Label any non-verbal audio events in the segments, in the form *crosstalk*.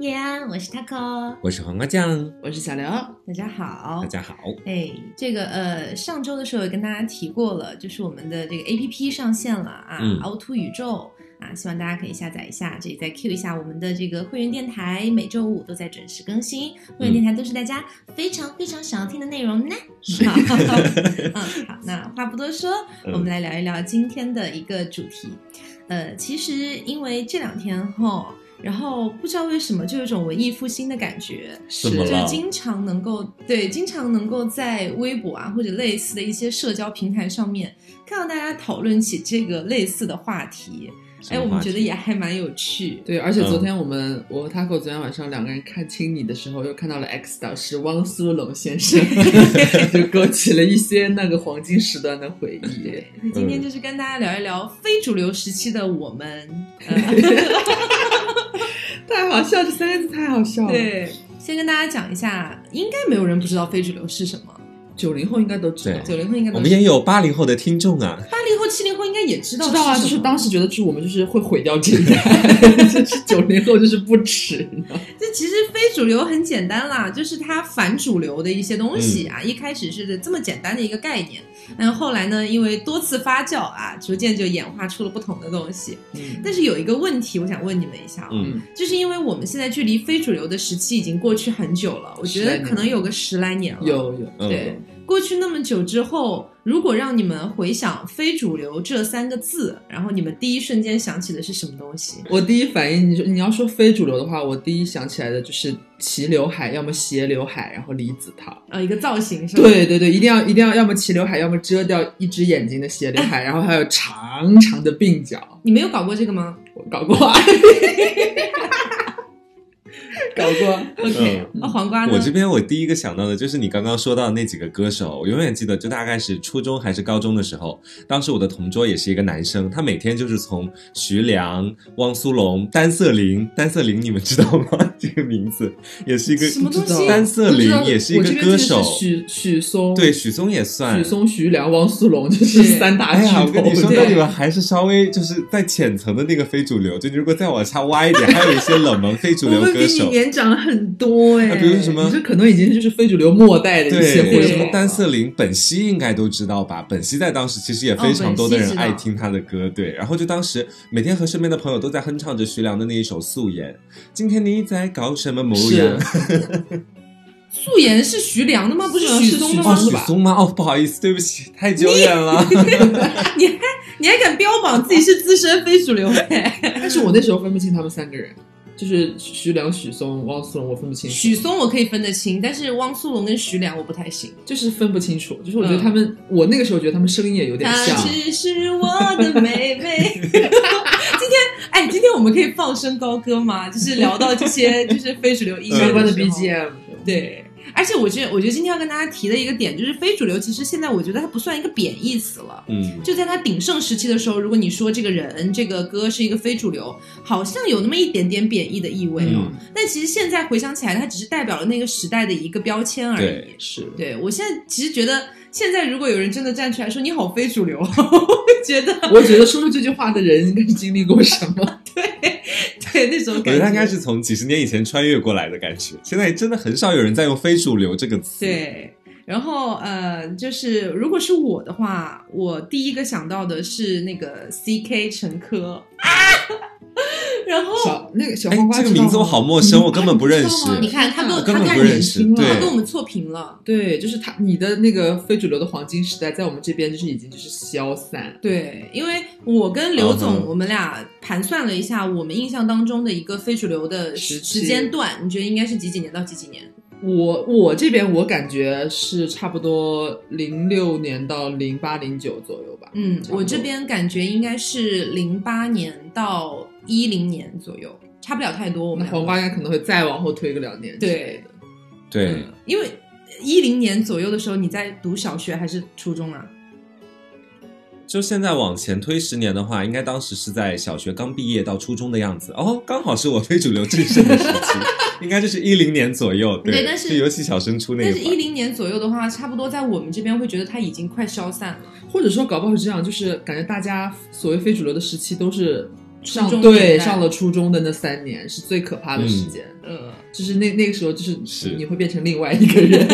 叶安，我是 Taco，我是黄瓜酱，我是小刘，大家好大。家好。哎，这个呃，上周的时候也跟大家提过了，就是我们的这个 A P P 上线了啊，嗯凹凸宇宙啊，希望大家可以下载一下，这里再 Q 一下我们的这个会员电台，每周五都在准时更新，会员嗯电台都是大家非常非常想要听的内 *laughs* 容呢。是吧？嗯，好，那话不多说，嗯我们来聊一聊今天的一个主题。呃，其实因为这两天后，然后不知道为什么就有一种文艺复兴的感觉，是怎么就是了经常能够对，经常能够在微博啊或者类似的一些社交平台上面看到大家讨论起这个类似的话题，哎，我们觉得也还蛮有趣。对，而且昨嗯天我们、我和 Taco 昨天晚上两个人看《青你》的时候，又看到了 X 导师汪苏泷先 *laughs* 生，就勾起了一些那个黄金时段的回忆。所以今嗯天就是跟大家聊一聊非主流时期的我们， *laughs* 呃太好笑，这三个字太好笑了。，对，先跟大家讲一下，应该没有人不知道非主流是什么，九零后应该都知道，对九零后应该我都们知道，也有八零后的听众啊，八零后、七零后应该也知道知道啊，什就么是当时觉得就是我们就是会毁掉这一代， *laughs* 就是九零后就是不耻，你知道吗这其实非主流很简单啦，就是它反主流的一些东西嗯啊。一开始是这么简单的一个概念，但后来呢，因为多次发酵啊，逐渐就演化出了不同的东西。嗯但是有一个问题，我想问你们一下啊、嗯就是因为我们现在距离非主流的时期已经过去很久了，我觉十来得年可能有个十来年了。有有，嗯对，过去那么久之后，如果让你们回想“非主流”这三个字，然后你们第一瞬间想起的是什么东西？我第一反应，你说你要说非主流的话，我第一想起来的就是齐刘海，要么斜刘海，然后离子烫。呃，一个造型是吧？ *laughs* 对对对，一定要一定要，要么齐刘海，要么遮掉一只眼睛的斜刘海，然后还有长长的鬓角。你没有搞过这个吗？我搞过 *laughs* 啊，搞过。 OK，嗯那、黄瓜呢？我这边我第一个想到的就是你刚刚说到的那几个歌手，我永远记得，就大概是初中还是高中的时候，当时我的同桌也是一个男生，他每天就是从徐良、汪苏泷、丹瑟林，丹瑟林你们知道吗？这个名字也是一个什么东不西知道？丹瑟林也是一 *laughs* 我个这边歌记得手是，许许嵩，对，许嵩也算，许嵩、徐良、汪苏泷，就是对三大哎巨呀，头。我跟你说，对那你们还是稍微就是在浅层的那个非主流，就你如果再往下挖一点，还有一些冷门非主流我们歌比你手，年长很多哎、啊比如什么你这可能已经就是非主流末代的一对，些会对什么单单瑟林、本兮应该都知道吧？本兮在当时其实也非哦常多的人爱听他的歌，对。然后就当时每天和身边的朋友都在哼唱着徐良的那一首《素颜》，今天你在搞什么模样是？素颜是徐良的吗？不是是啊许是嵩的哦，许吗？嵩许嵩吗？哦，不好意思，对不起，太久远了。 *laughs* 你还你还敢标榜自己是资深非 *laughs* 主流哎？但是我那时候分不清他们三个人，就是徐良、许嵩、汪苏泷，我分不清楚，许嵩我可以分得清，但是汪苏泷跟徐良我不太行。就是分不清楚。就是我觉得嗯他们，我那个时候觉得他们声音也有点她像。只是我的妹 *laughs* 妹。今天哎，今天我们可以放声高歌吗？就是聊到这些就是嗯非主流音乐 *laughs* 相关的时候 BGM，对，而且我觉得，我觉得今天要跟大家提的一个点就是，非主流其实现在我觉得它不算一个贬义词了。 *laughs* 嗯，就在它鼎盛时期的时候，如果你说这个人、这个歌是一个非主流，好像有那么一点点贬义的意味哦。嗯但其实现在回想起来，它只是代表了那个时代的一个标签而已对。是对我现在其实觉得，现在如果有人真的站出来说你好非主流，我会觉得我觉得说出这句话的人应该是经历过什么？对那种我觉感得觉他应该是从几十年以前穿越过来的感觉，现在真的很少有人在用“非主流”这个词。对，然后呃，就是如果是我的话，我第一个想到的是那个 C K 陈珂 *laughs* 啊，然后小那个小哎黄瓜，这个名字我好陌生，我根本不认识。你看他跟我根他本太不年认识轻了，对他跟我们错评了。对，就是他，你的那个非主流的黄金时代，在我们这边就是已经就是消散。对，因为我跟刘总嗯哼我们俩盘算了一下，我们印象当中的一个非主流的时时时期间段，你觉得应该是几几年到几几年？我我这边我感觉是差不多零六年到零八零九左右吧。嗯差，不多我这边感觉应该是零八年到一零年左右，差不了太多。我那们两黄个瓜应该可能会再往后推个两年之类的。对，因为一零年左右的时候，你在读小学还是初中啊？就现在往前推十年的话，应该当时是在小学刚毕业到初中的样子哦，刚好是我非主流正盛的 *laughs* 时期，应该就是一零年左右。对但是就尤其小升初那但是，一会一儿，零年左右的话，差不多在我们这边会觉得它已经快消散了。或者说搞不好是这样，就是感觉大家所谓非主流的时期都是初上中对年代上了初中的那三年是最可怕的时间，呃，就是那那个时候就是是你会变成另外一 *laughs* 个人，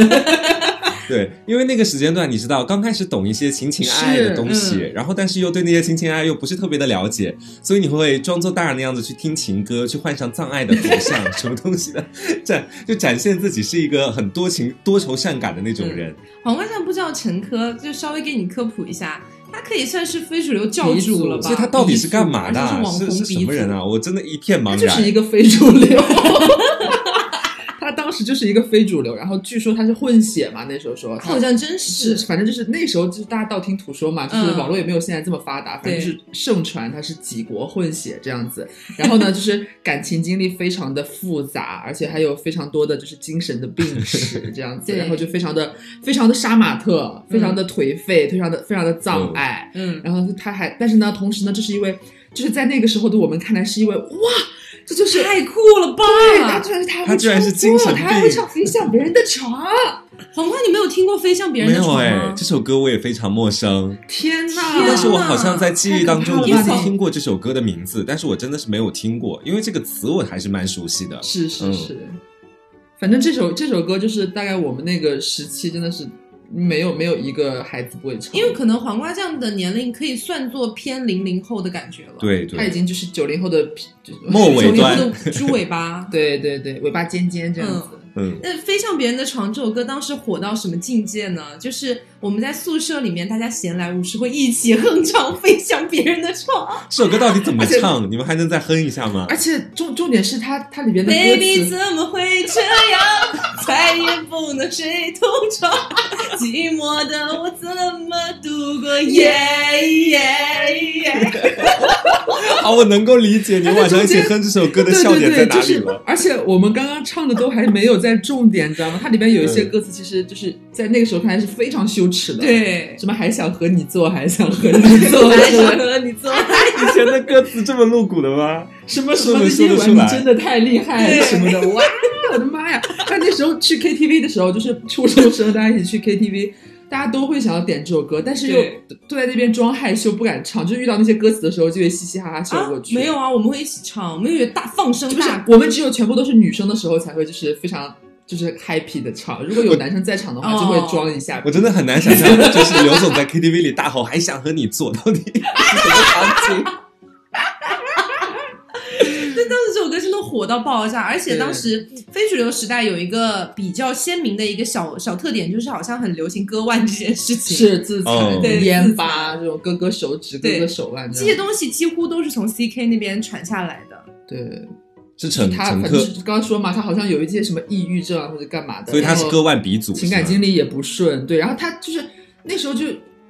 对，因为那个时间段，你知道，刚开始懂一些情情爱爱的是东西，嗯然后但是又对那些情情爱爱又不是特别的了解，所以你会装作大人的样子去听情歌，去换上葬爱的头像，什么东西的， *laughs* 展就展现自己是一个很多情多愁善感的那种嗯人。皇冠上不知道陈科，就稍微给你科普一下，他可以算是非主流教主了吧？所以他到底是干嘛的啊鼻？祖是而且是网红是什么人啊？我真的一片他茫就是一然。个非主 *laughs* 流。他当时就是一个非主流，然后据说他是混血嘛，那时候说好像真是，是，反正就是那时候就是大家道听途说嘛，就是嗯网络也没有现在这么发达，反对正就是盛传他是几国混血这样子。然后呢，就是感情经历非常的复杂，而且还有非常多的就是精神的病史这样子， *laughs* 对然后就非常的非常的杀马特，非常的颓废，非常的非常的嗯障碍。嗯，然后他还，但是呢，同时呢，这是一位，就是在那个时候的我们看来是一位哇，这就是太酷了吧！对，他居然他他他居然是精神病他还会唱飞向别人的床，皇冠，你没有听过《飞向别人没的有床》哎、吗这？首歌我也非常陌生，天天呐！但是我好像在记忆当中太一啊可怕了次吧你听过这首歌的名字，但是我真的是没有听过，因为这个词我还是蛮熟悉的。是是嗯是，反正这首这首歌就是大概我们那个时期真的是没有没有一个孩子不会唱，因为可能皇冠这样的年龄可以算作偏零零后的感觉了。，对他已对，经就是九零后的皮就是。末尾九零端后的猪尾巴 *laughs* 对对对，尾巴尖尖这样子。嗯。那《飞向别人的床》这首歌当时火到什么境界呢？就是我们在宿舍里面，大家闲来无事会一起哼唱《飞向别人的床这首歌到底怎么唱？你们还能再哼一下吗而？且重重点是它它里边》的歌，Baby 词怎么会这样？ *laughs* 再也不能睡同床，寂寞的我怎么度过夜夜夜？啊，我能够理解你晚上一起哼这首歌的笑对点对在对，哪就里是了。，而且我们刚刚唱的都还没有在重点，你知道吗？它里边有一嗯些歌词，其实就是在那个时候看来是非常羞耻的。， *laughs* 对，什么还想和你做，还想和你 *laughs* 做，来小何，你做。以前的歌词这么露骨的吗？什么什说么得的说得夜出晚，来你真的太厉害对了什么的，哇，我的妈呀！但那时候去 KTV 的时候，就是初中生，大家一起去 KTV，大家都会想要点这首歌，但是又对都在那边装害羞不敢唱，就遇到那些歌词的时候就会嘻嘻哈哈笑啊过，去。没有，啊，我们会一起唱，我们有大放声不是大，我们只有全部都是女生的时候才会就是非常就是 happy 的唱，如果有男生在场的话，哦就会装一下。我真的很难想象，就是刘总在 KTV 里大吼“还想和你做”，到底是什么场景？但当时这首歌真的火到爆炸，而且对当时非主流时代有一个比较鲜明的一个小小特点，就是好像很流行割腕这件事情。。是自哦残、对烟疤这种割割手指、割对割手腕这些样。东西几乎都是从 CK 那边传下来的，对，是陈他陈反科正，是刚刚说嘛，他好像有一些什么抑郁症啊或者干嘛的，所以他是然后割腕鼻祖，情感是经吗历也不顺，对，然后他就是那时候就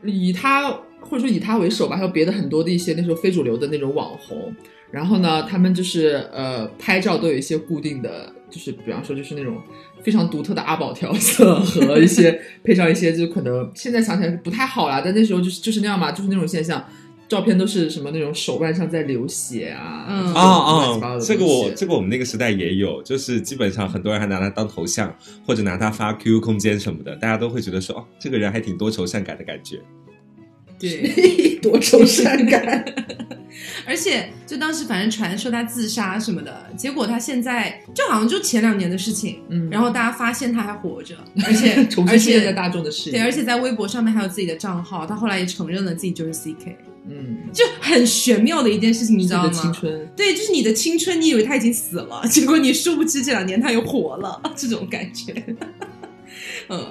以他或者说以他为首吧，还有别的很多的一些那时候非主流的那种网红，然后呢，他们就是呃拍照都有一些固定的，就是比方说就是那种非常独特的阿宝调色 *laughs* 和一些配上一些就可能现在想起来不太好啦，但那时候就是就是那样嘛，就是那种现象。照片都是什么那种手腕上在流血啊，嗯这种啊乱七八糟啊的！这个东西我这个我们那个时代也有，就是基本上很多人还拿它当头像，或者拿它发 QQ 空间什么的，大家都会觉得说哦，这个人还挺多愁善感的感觉。对， *laughs* 多愁善感， *laughs* 而且就当时反正传说他自杀什么的，结果他现在就好像就前两年的事情，嗯然后大家发现他还活着，而且 *laughs* 重而新出现在且大众的视野，对，而且在微博上面还有自己的账号，他后来也承认了自己就是 CK，嗯，就很玄妙的一件事情，你知道自己的青吗？春，对，就是你的青春，你以为他已经死了， *laughs* 结果你殊不知这两年他又活了， *laughs* 这种感觉。 *laughs* 嗯，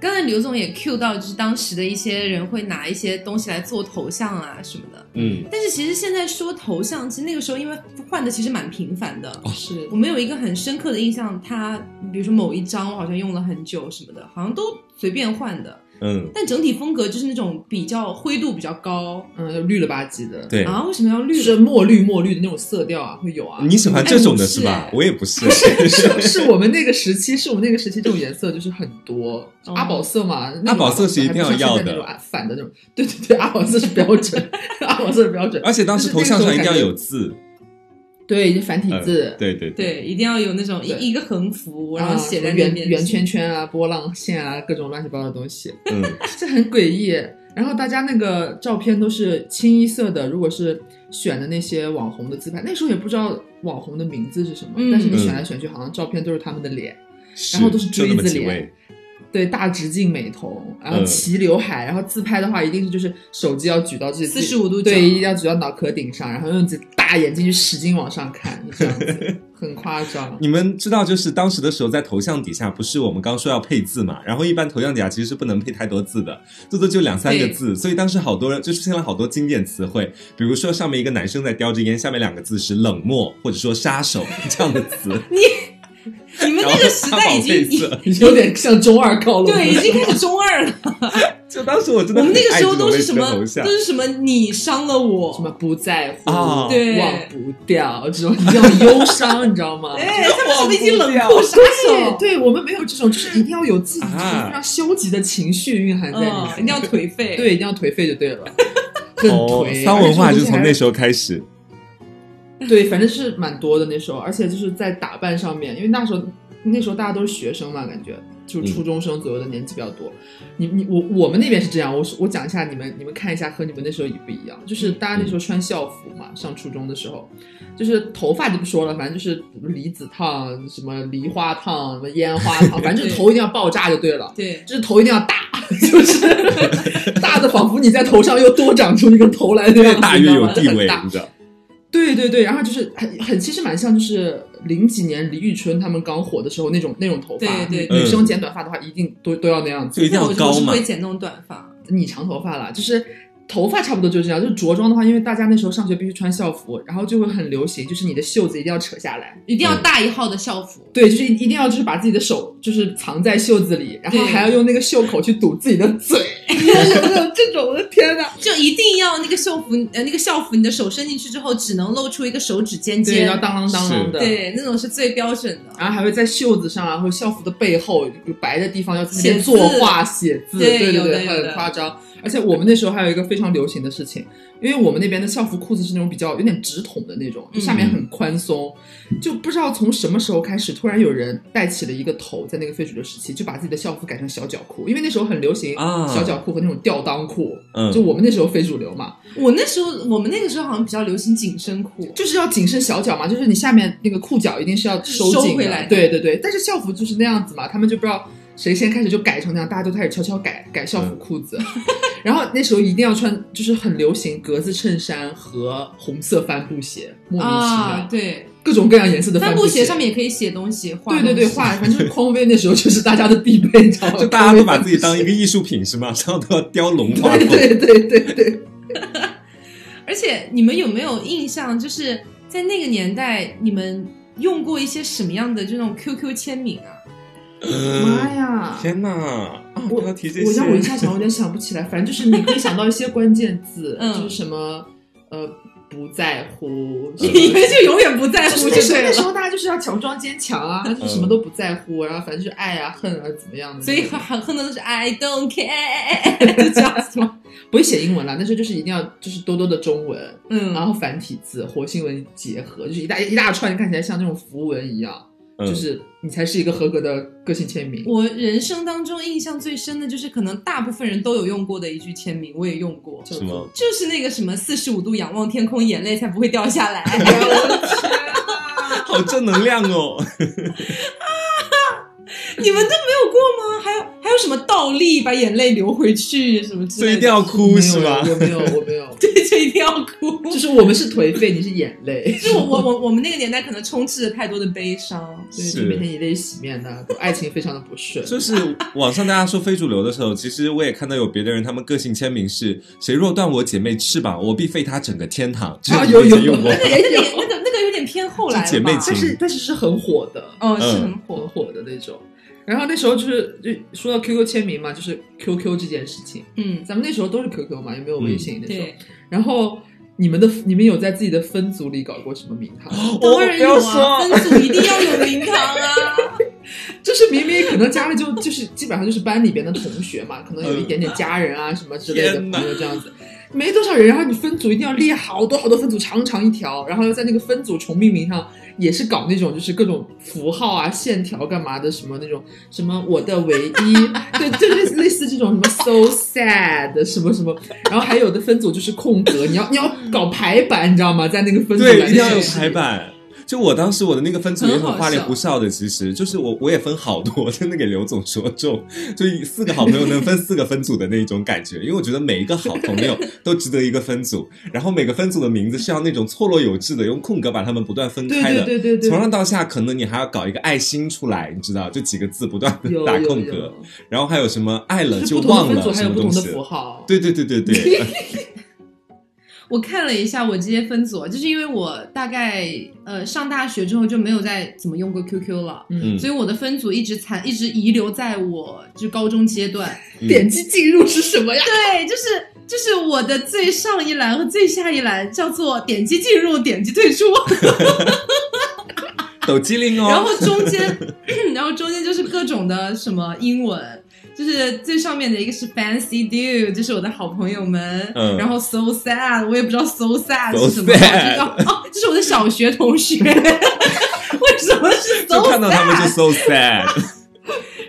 刚才刘总也 cue 到，就是当时的一些人会拿一些东西来做头像啊什么的。嗯，但是其实现在说头像，其实那个时候因为换的其实蛮频繁的。哦是我们有一个很深刻的印象，他比如说某一张我好像用了很久什么的，好像都随便换的。嗯，但整体风格就是那种比较灰度比较高嗯，绿了吧唧的，，对。啊，为什么要绿就呢？是墨绿墨绿的那种色调啊，会有啊。哎你喜欢这种的是吧？哎我也不是，是是我们那个时期，是我们那个时期这种颜色就是很多，哦阿宝色嘛，那种阿宝色是一定要要的还不像现在那种啊反的那种，对对对，阿宝色是标 *laughs* 准，阿宝色是标准， *laughs* 而且当时头像上一定要有字，对繁体嗯字，对对对，对，一定要有那种一对一个横幅，然然后后写写在的那圆边圆圈圈啊、波浪线啊，各种乱七八糟的东西。嗯，这很诡异。然后大家那个照片都是清一色的，如果是选的那些网红的自拍，那时候也不知道网红的名字是什么，嗯但是你嗯选来选去，好像照片都是他们的脸，是 *laughs* 然后都是就锥那么子几脸位，，对，大直径美瞳，然后嗯齐刘海，然后自拍的话一定是就是手机要举到自己45度角对，一定要举到脑壳顶上，然后用自己大眼睛去使劲往上看，这 *laughs* 样子很夸张。你们知道，就是当时的时候，在头像底下不是我们刚说要配字嘛？然后一般头像底下其实是不能配太多字的，最多就两三个字。所以当时好多人就出现了好多经典词汇，比如说上面一个男生在叼着烟，下面两个字是冷漠或者说杀手这样的词。你们然那后个时大代宝已 *laughs* 配经色，有点像中二高楼，对，已经开始中二 *laughs* 了。就当时我 *laughs* 真的我们那个很爱时候这种都是类什型的 *laughs* 么头？像都是什么？你伤了什我，么不在乎，啊对忘不掉这种这种忧 *laughs* 伤，你知道吗？哎，他们是不是已经冷我酷杀手？哎对我们没有这种，就是一定要有自啊己这种非常消极的情绪蕴含在里嗯面，，一定要颓废。对，一定要颓废就对 *laughs* 了，很哦颓。丧文化就从那时时候开始。候 *laughs* 对，反正是蛮多的那时候，而且就是在打扮上面，因为那时候那时候大家都是学生嘛，感觉就嗯初中生左右的年纪比较多。你你我我们那边是这样，我说我讲一下你们你们看一下和你们那时候一不一样，就是大家嗯那时候穿校服嘛，上初中的时候。就是头发就不说了，反正就是离子烫、什么梨花烫、什么烟花烫，反正就是头一定要爆炸就对了。对，就是头一定要大， *laughs* 就是 *laughs* 大的，仿佛你在头上又多长出一个头来那样，大你越知道有吗地位很， *laughs* 大你知道？对对对，然后就是很很，其实蛮像就是零几年李宇春他们刚火的时候那种那种头发，对对对女生剪短发的话一定都都要那样子，就一定要我高我是嘛会剪那种短发，你长头发了，就是头发差不多就这样。就是着装的话，因为大家那时候上学必须穿校服，然后就会很流行，就是你的袖子一定要扯下来。一定要大一号的校服。对，就是一定要就是把自己的手就是藏在袖子里，然后对还要用那个袖口去堵自己的嘴，就是有没有这种的天呐。就一定要那个校服，呃，那个校服，你的手伸进去之后，只能露出一个手指尖对，尖要，当啷当啷的。，对，那种是最标准的。然后还会在袖子上啊，或者校服的背后有白的地方要在那边作画写字，对对有的对，有的很夸张。而且我们那时候还有一个非常流行的事情，因为我们那边的校服裤子是那种比较有点直筒的那种，就下面很宽松，嗯就不知道从什么时候开始，突然有人带起了一个头，在那个非主流时期，就把自己的校服改成小脚裤，因为那时候很流行啊小脚裤和那种吊裆裤，嗯就我们那时候非主流嘛，我那时候，我们那个时候好像比较流行紧身裤，就是要紧身小脚嘛，就是你下面那个裤脚一定是要收紧的收回来对对对，但是校服就是那样子嘛，他们就不知道谁先开始就改成那样，大家都开始悄悄改改校服 *laughs* 裤子。然后那时候一定要穿，就是很流行格子衬衫和红色帆布鞋，莫名其妙，啊，对，各种各样颜色的帆布布鞋上面也可以写东西，画对对对，东西画，反正就是匡威那时候就是大家的必备，你知道吗？就大家都把自己当一个艺术品是吗？然后都要雕龙画对凤。对对对对，而且你们有没有印象，就是在那个年代，你们用过一些什么样的这种 QQ 签名啊？，嗯妈呀！天哪！啊我不要提这 *laughs* 我些让我一下想，我有点想不起来。反正就是你可以想到一些关键字 *laughs* 嗯就是什么呃不在乎，什你么们就永远不在就乎是就那时候对那时了，候大家就是要强装坚强啊，就是什么都不在乎，然后反正就是爱啊恨啊怎么样的。所嗯以很很多都是 I don't care，就这样子吗？ *laughs* 不会写英文啦，那时候就是一定要就是多多的中文，嗯，然后繁体字、活性文结合，就是一大一大串，看起来像那种符文一样，嗯就是你才是一个合格的个性签名。我人生当中印象最深的就是，可能大部分人都有用过的一句签名，我也用过，叫是做吗？就是那个什么四十五度仰望天空，眼泪才不会掉下来。 *laughs* 好正能量 *laughs* 哦！你们都没有过吗？还有还有什么倒立把眼泪流回去什么之所类以的？，一定要哭是没有吧？我没有，我没有 *laughs* 对，就一定要哭。 *laughs* 就是我们是颓废，你是眼泪。就我我我我们那个年代可能充斥着太多的悲 *laughs* 伤，对，是就每天以泪洗面的，爱情非常的不顺。就是网上大家说非主流的时候，其实我也看到有别的人，他们个性签名是“谁若断我姐妹翅膀，我必废她整个天堂”。这个啊你有以前有用过 *laughs* 那个那个那个那个有点偏后来了吧？哎是姐妹情嗯但是但是是很火的，哦，是很很火。火的那种。然后那时候就是就说到 QQ 签名嘛，就是 QQ 这件事情，嗯，咱们那时候都是 QQ 嘛，也没有微信那时候。对，然后你们的你们有在自己的分组里搞过什么名堂？当然有我不要啊，分组一定要有名堂啊。就是明明可能家里就 *laughs* 就是基本上就是班里边的同学嘛，可能有一点点家人啊什么之类的嗯天哪朋友这样子，啊没多少人，然后你分组一定要列好多好多分组，长长一条，然后在那个分组重命名上也是搞那种就是各种符号啊、线条干嘛的，什么那种什么我的唯一， *laughs* 对，就类似类似这种什么 so sad 什么什么，然后还有的分组就是空格，你要你要搞排版，你知道吗？在那个分组对，栏一定要有里排版。就我当时我的那个分组也很很好花里笑胡哨的，其实就是我我也分好多， *laughs* 真的给刘总说中，就一四个好朋友能分四个分组的那一种感觉，因为我觉得每一个好朋友都值得一个分组，然后每个分组的名字是要那种错落有致的，用空格把它们不断分对开对的，对对对，从上到下可能你还要搞一个爱心出来，你知道，就几个字不断的有打有空有格，然后还有什么爱了就是就不同忘的了分组还什有么不同东的西，符号，对对对对对， *laughs* 我看了一下我这些分组啊，就是因为我大概呃上大学之后就没有再怎么用过 QQ 了。嗯，所以我的分组一直残，一直遗留在我就高中阶段。嗯点击进入是什么呀？对，就是就是我的最上一栏和最下一栏叫做点击进入，点击退出，抖机灵哦，然后中间， *clears throat* 然后中间就是各种的什么英文。就是最上面的一个是 Fancy Do，就是我的好朋友们，嗯然后 So Sad，我也不知道 So Sad So 是什么，我知道哦，这是我的小学同学， *laughs* 为什么是 So 就看到他们就 Sad？ so sad，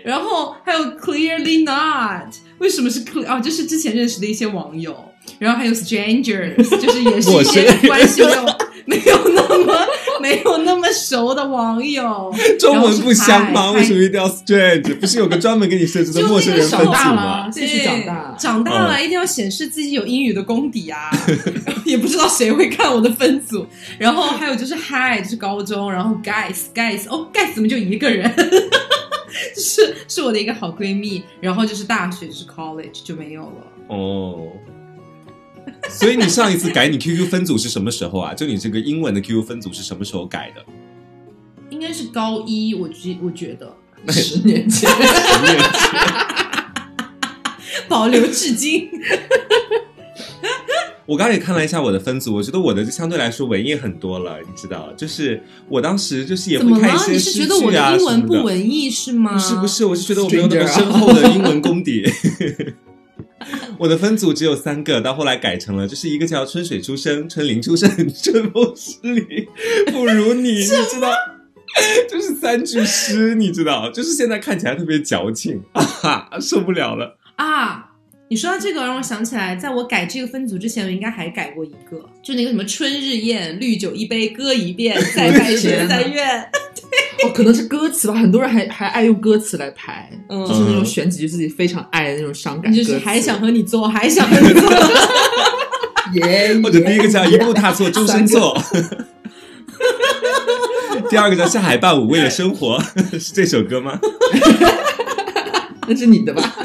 然后还有 Clearly Not，为什么是 Clear？哦，就是之前认识的一些网友，然后还有 Strangers，就是也是一些陌生人关系没有 *laughs* 没有那么没有那么熟的网友，中文不香然吗？后是为什么一定要 strange？不是有个专门给你设置的陌生人分组就那个手吗？继续长大，长大了，一定要显示自己有英语的功底啊！ *laughs* 也不知道谁会看我的分组。然后还有就是 Hi，就是高中，然后 Guys Guys，哦 Guys 怎么就一个人？ *laughs* 是是我的一个好闺蜜，然后就是大学就是 college 就没有了。哦。所以你上一次改你 QQ 分组是什么时候啊？就你这个英文的 QQ 分组是什么时候改 *laughs* 的？应该是高一，我觉我觉得哎十年 *laughs* 前。十年保留至今。我刚才也看了一下我的分组，我觉得我的就相对来说文艺很多了，你知道，就是我当时就是也怎会么看一了？些你诗是句觉啊得我的英什文么不文艺是吗？不是不，是，我是觉得我没有那么深厚的英文功底。 *laughs* 我的分组只有三个，到后来改成了，就是一个叫春水出生、春林出生、 *laughs* 春风十里不如你，你知道， *laughs* 就是三句诗，你知道，就是现在看起来特别矫情，啊哈，受不了了。啊，你说到这个，让我想起来，在我改这个分组之前，我应该还改过一个，就那个什么“春日宴，绿酒一杯，歌一遍，再拜神三愿哦，可能是歌词吧，很多人还还爱用歌词来排，”。就是嗯，那种选几句自己非常爱的那种伤感你歌就词。是还想和你做，还想和你做。 *laughs* *laughs* 耶，或者第一个叫一步踏错终身错， *laughs* 第二个叫下海伴舞为了生活， *laughs* 是这首歌吗？那是你的 *laughs* 吧？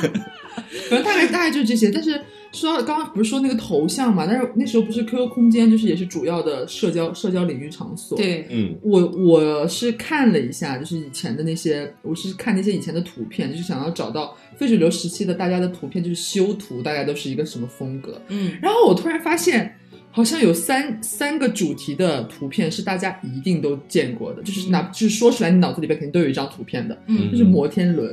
反正大概大概就是这些。但是说到刚刚不是说那个头像嘛，但是那时候不是 QQ 空间就是也是主要的社交社交领域场所。，对，嗯我我是看了一下，就是以前的那些，我是看那些以前的图片，就是想要找到非主流时期的大家的图片，就是修图，大概都是一个什么风格。嗯，然后我突然发现，好像有三三个主题的图片是大家一定都见过的，就是哪就是说出来，你脑子里边肯定都有一张图片的，嗯就是摩天轮、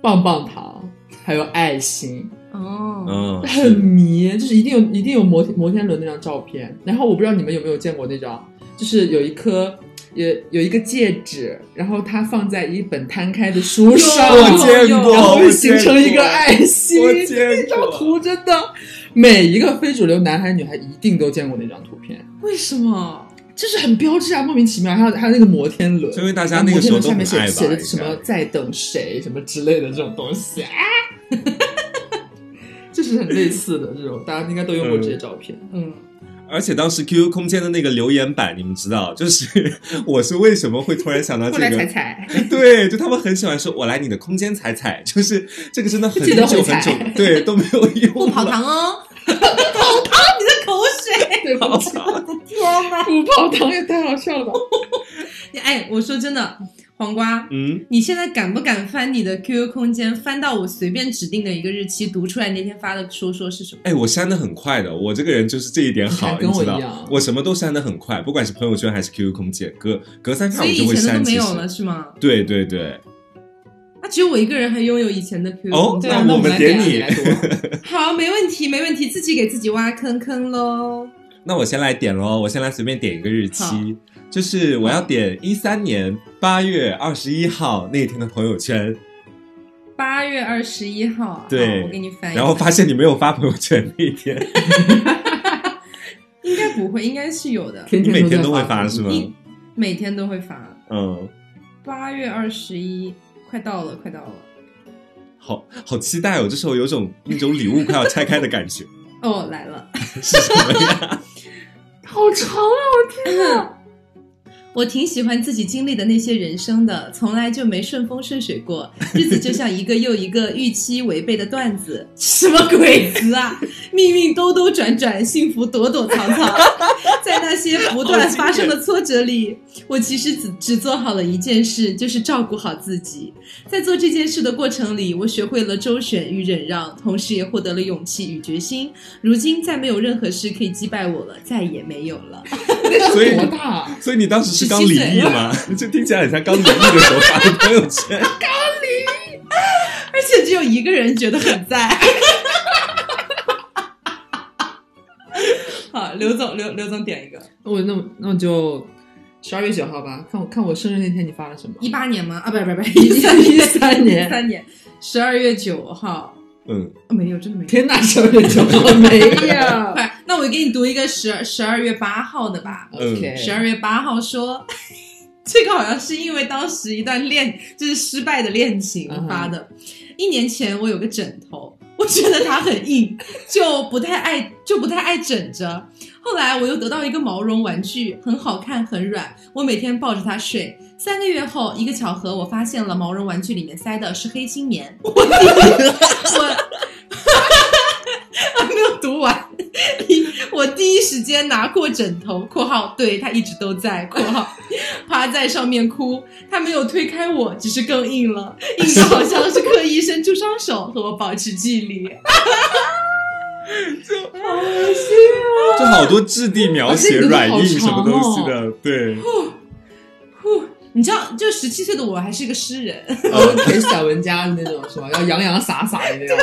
棒棒糖，还有爱心，哦，嗯，很迷，就是一定有一定有摩天摩天轮那张照片。然后我不知道你们有没有见过那张，就是有一颗。有有一个戒指，然后它放在一本摊开的书上，有我见有过，然后我会形见成一过个爱心。我见那张过。图真的，每一个非主流男孩女孩一定都见过那张图片，为什么？就是很标志啊，莫名其妙。还有还有那个摩天轮，就因为大家那个时候都很然后摩天爱轮吧下面写写的应什该么在等谁什么之类的这种东西啊， *laughs* 就是很类似的这种，大家应该都用过这些照片。嗯，而且当时 QQ 空间的那个留言板，你们知道，就是 *laughs* 我是为什么会突然想到这个？踩， *laughs* 对，就他们很喜欢说“我来你的空间踩踩”，就是这个真的很记得会久很踩久，对都没有用。不跑，堂哦，不跑堂，你的口水，对吧？天哪！不泡汤也太好笑了吧！哎，我说真的，黄瓜， *laughs* 嗯，你现在敢不敢翻你的 QQ 空间，翻到我随便指定的一个日期，读出来那天发的说说是什么？哎，我删的很快的，我这个人就是这一点你好，还跟我知一样道，我什么都删的很快，不管是朋友圈还是 QQ 空间，隔隔三差所五以就以会前的删。都没其有了实，是吗？对对对，那只有我一个人还拥有以前的 QQ 哦空间。对啊那那我们来点啊你来 *laughs* 读。好，没问题，没问题，自己给自己挖坑坑喽。那我先来点喽，我先来随便点一个日好期，就是我要点一三年八月二十一号那天的朋友圈，八月二十一号，啊对好我给你哎翻译。然后发现你没有发朋友圈那一天， *laughs* 应该不会，应该是有的，天你每天都都在会发是吗？你每天都会发。嗯，八月二十一，快到了，快到了。好好期待哦，这时候有种那种礼物快要拆开的感觉，哦，来了。是什么呀？好长啊！我挺喜欢自己经历的那些人生的，从来就没顺风顺水过。日子就像一个又一个预期违背的段子，什么鬼词啊！命运兜兜转转，幸福躲躲藏藏，在那些不断发生的挫折里，我其实只只做好了一件事，就是照顾好自己。在做这件事的过程里，我学会了周旋与忍让，同时也获得了勇气与决心。如今再没有任何事可以击败我了，再也没有了。 *laughs* 那所以 *laughs* 时候多大啊？所以你当时是刚17离岁异吗？这听起来很像刚离异的时候发的朋友圈。而且只有一个人觉得很在。好，刘总，刘刘总点一个，我那我那我就十二月九号吧，看我看我生日那天你发了什 *laughs* 么？一八年吗？啊，不 *laughs* 不不，一三一13年三年十二月九号，嗯，哦没有，真的没有。天呐，十二月九号没 *laughs* 嗯有。快，那我给你读一个十十二月八号的吧。 OK，十二月八号说， *laughs* 这个好像是因为当时一段恋就是失败的恋情嗯哼发的。一年前我有个枕头，我觉得它很硬， *laughs* 就不太爱就不太爱枕着。后来我又得到一个毛绒玩具，很好看，很软，我每天抱着它睡。三个月后，一个巧合，我发现了毛绒玩具里面塞的是黑心棉。我 *laughs* 我。还没有读完，我第一时间拿过枕头（括号对他一直都在）（括号），趴在上面哭。他没有推开我，只是更硬了，硬的好像是刻意伸出双手和我保持距离。就好多质地描写、而且你的软好硬什么长东哦西的，对。呼你知道，就十七岁的我还是一个诗人， *laughs* 呃 OK 散文家的那种是吧？要洋洋洒洒的那种。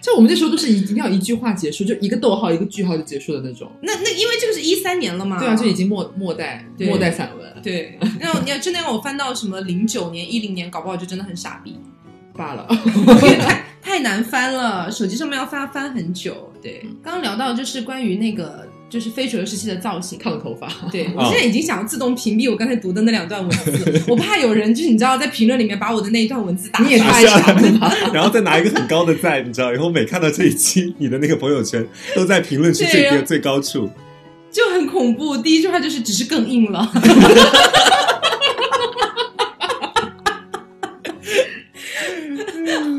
就我们那时候都是一定要一句话结束，就一个逗号一个句号就结束的那种。那那因为这个是一三年了嘛，对啊，就已经末末代嗯对末代散文对。那我你要真的让我翻到什么零九年、一零年，搞不好就真的很傻 *laughs* 逼，罢了。因为太太难翻了，手机上面要翻翻很久。对，刚刚聊到就是关于那个就是非主流时期的造型，烫头发，对我啊现在已经想要自动屏蔽我刚才读的那两段文字，我怕有人就是你知道在评论里面把我的那一段文字打你也出来太长了吧？ *laughs* 然后再拿一个很高的赞，你知道，以后每看到这一期，你的那个朋友圈都在评论区对最然啊低后最高处。就很恐怖。第一句话就是只是更硬了。 *laughs*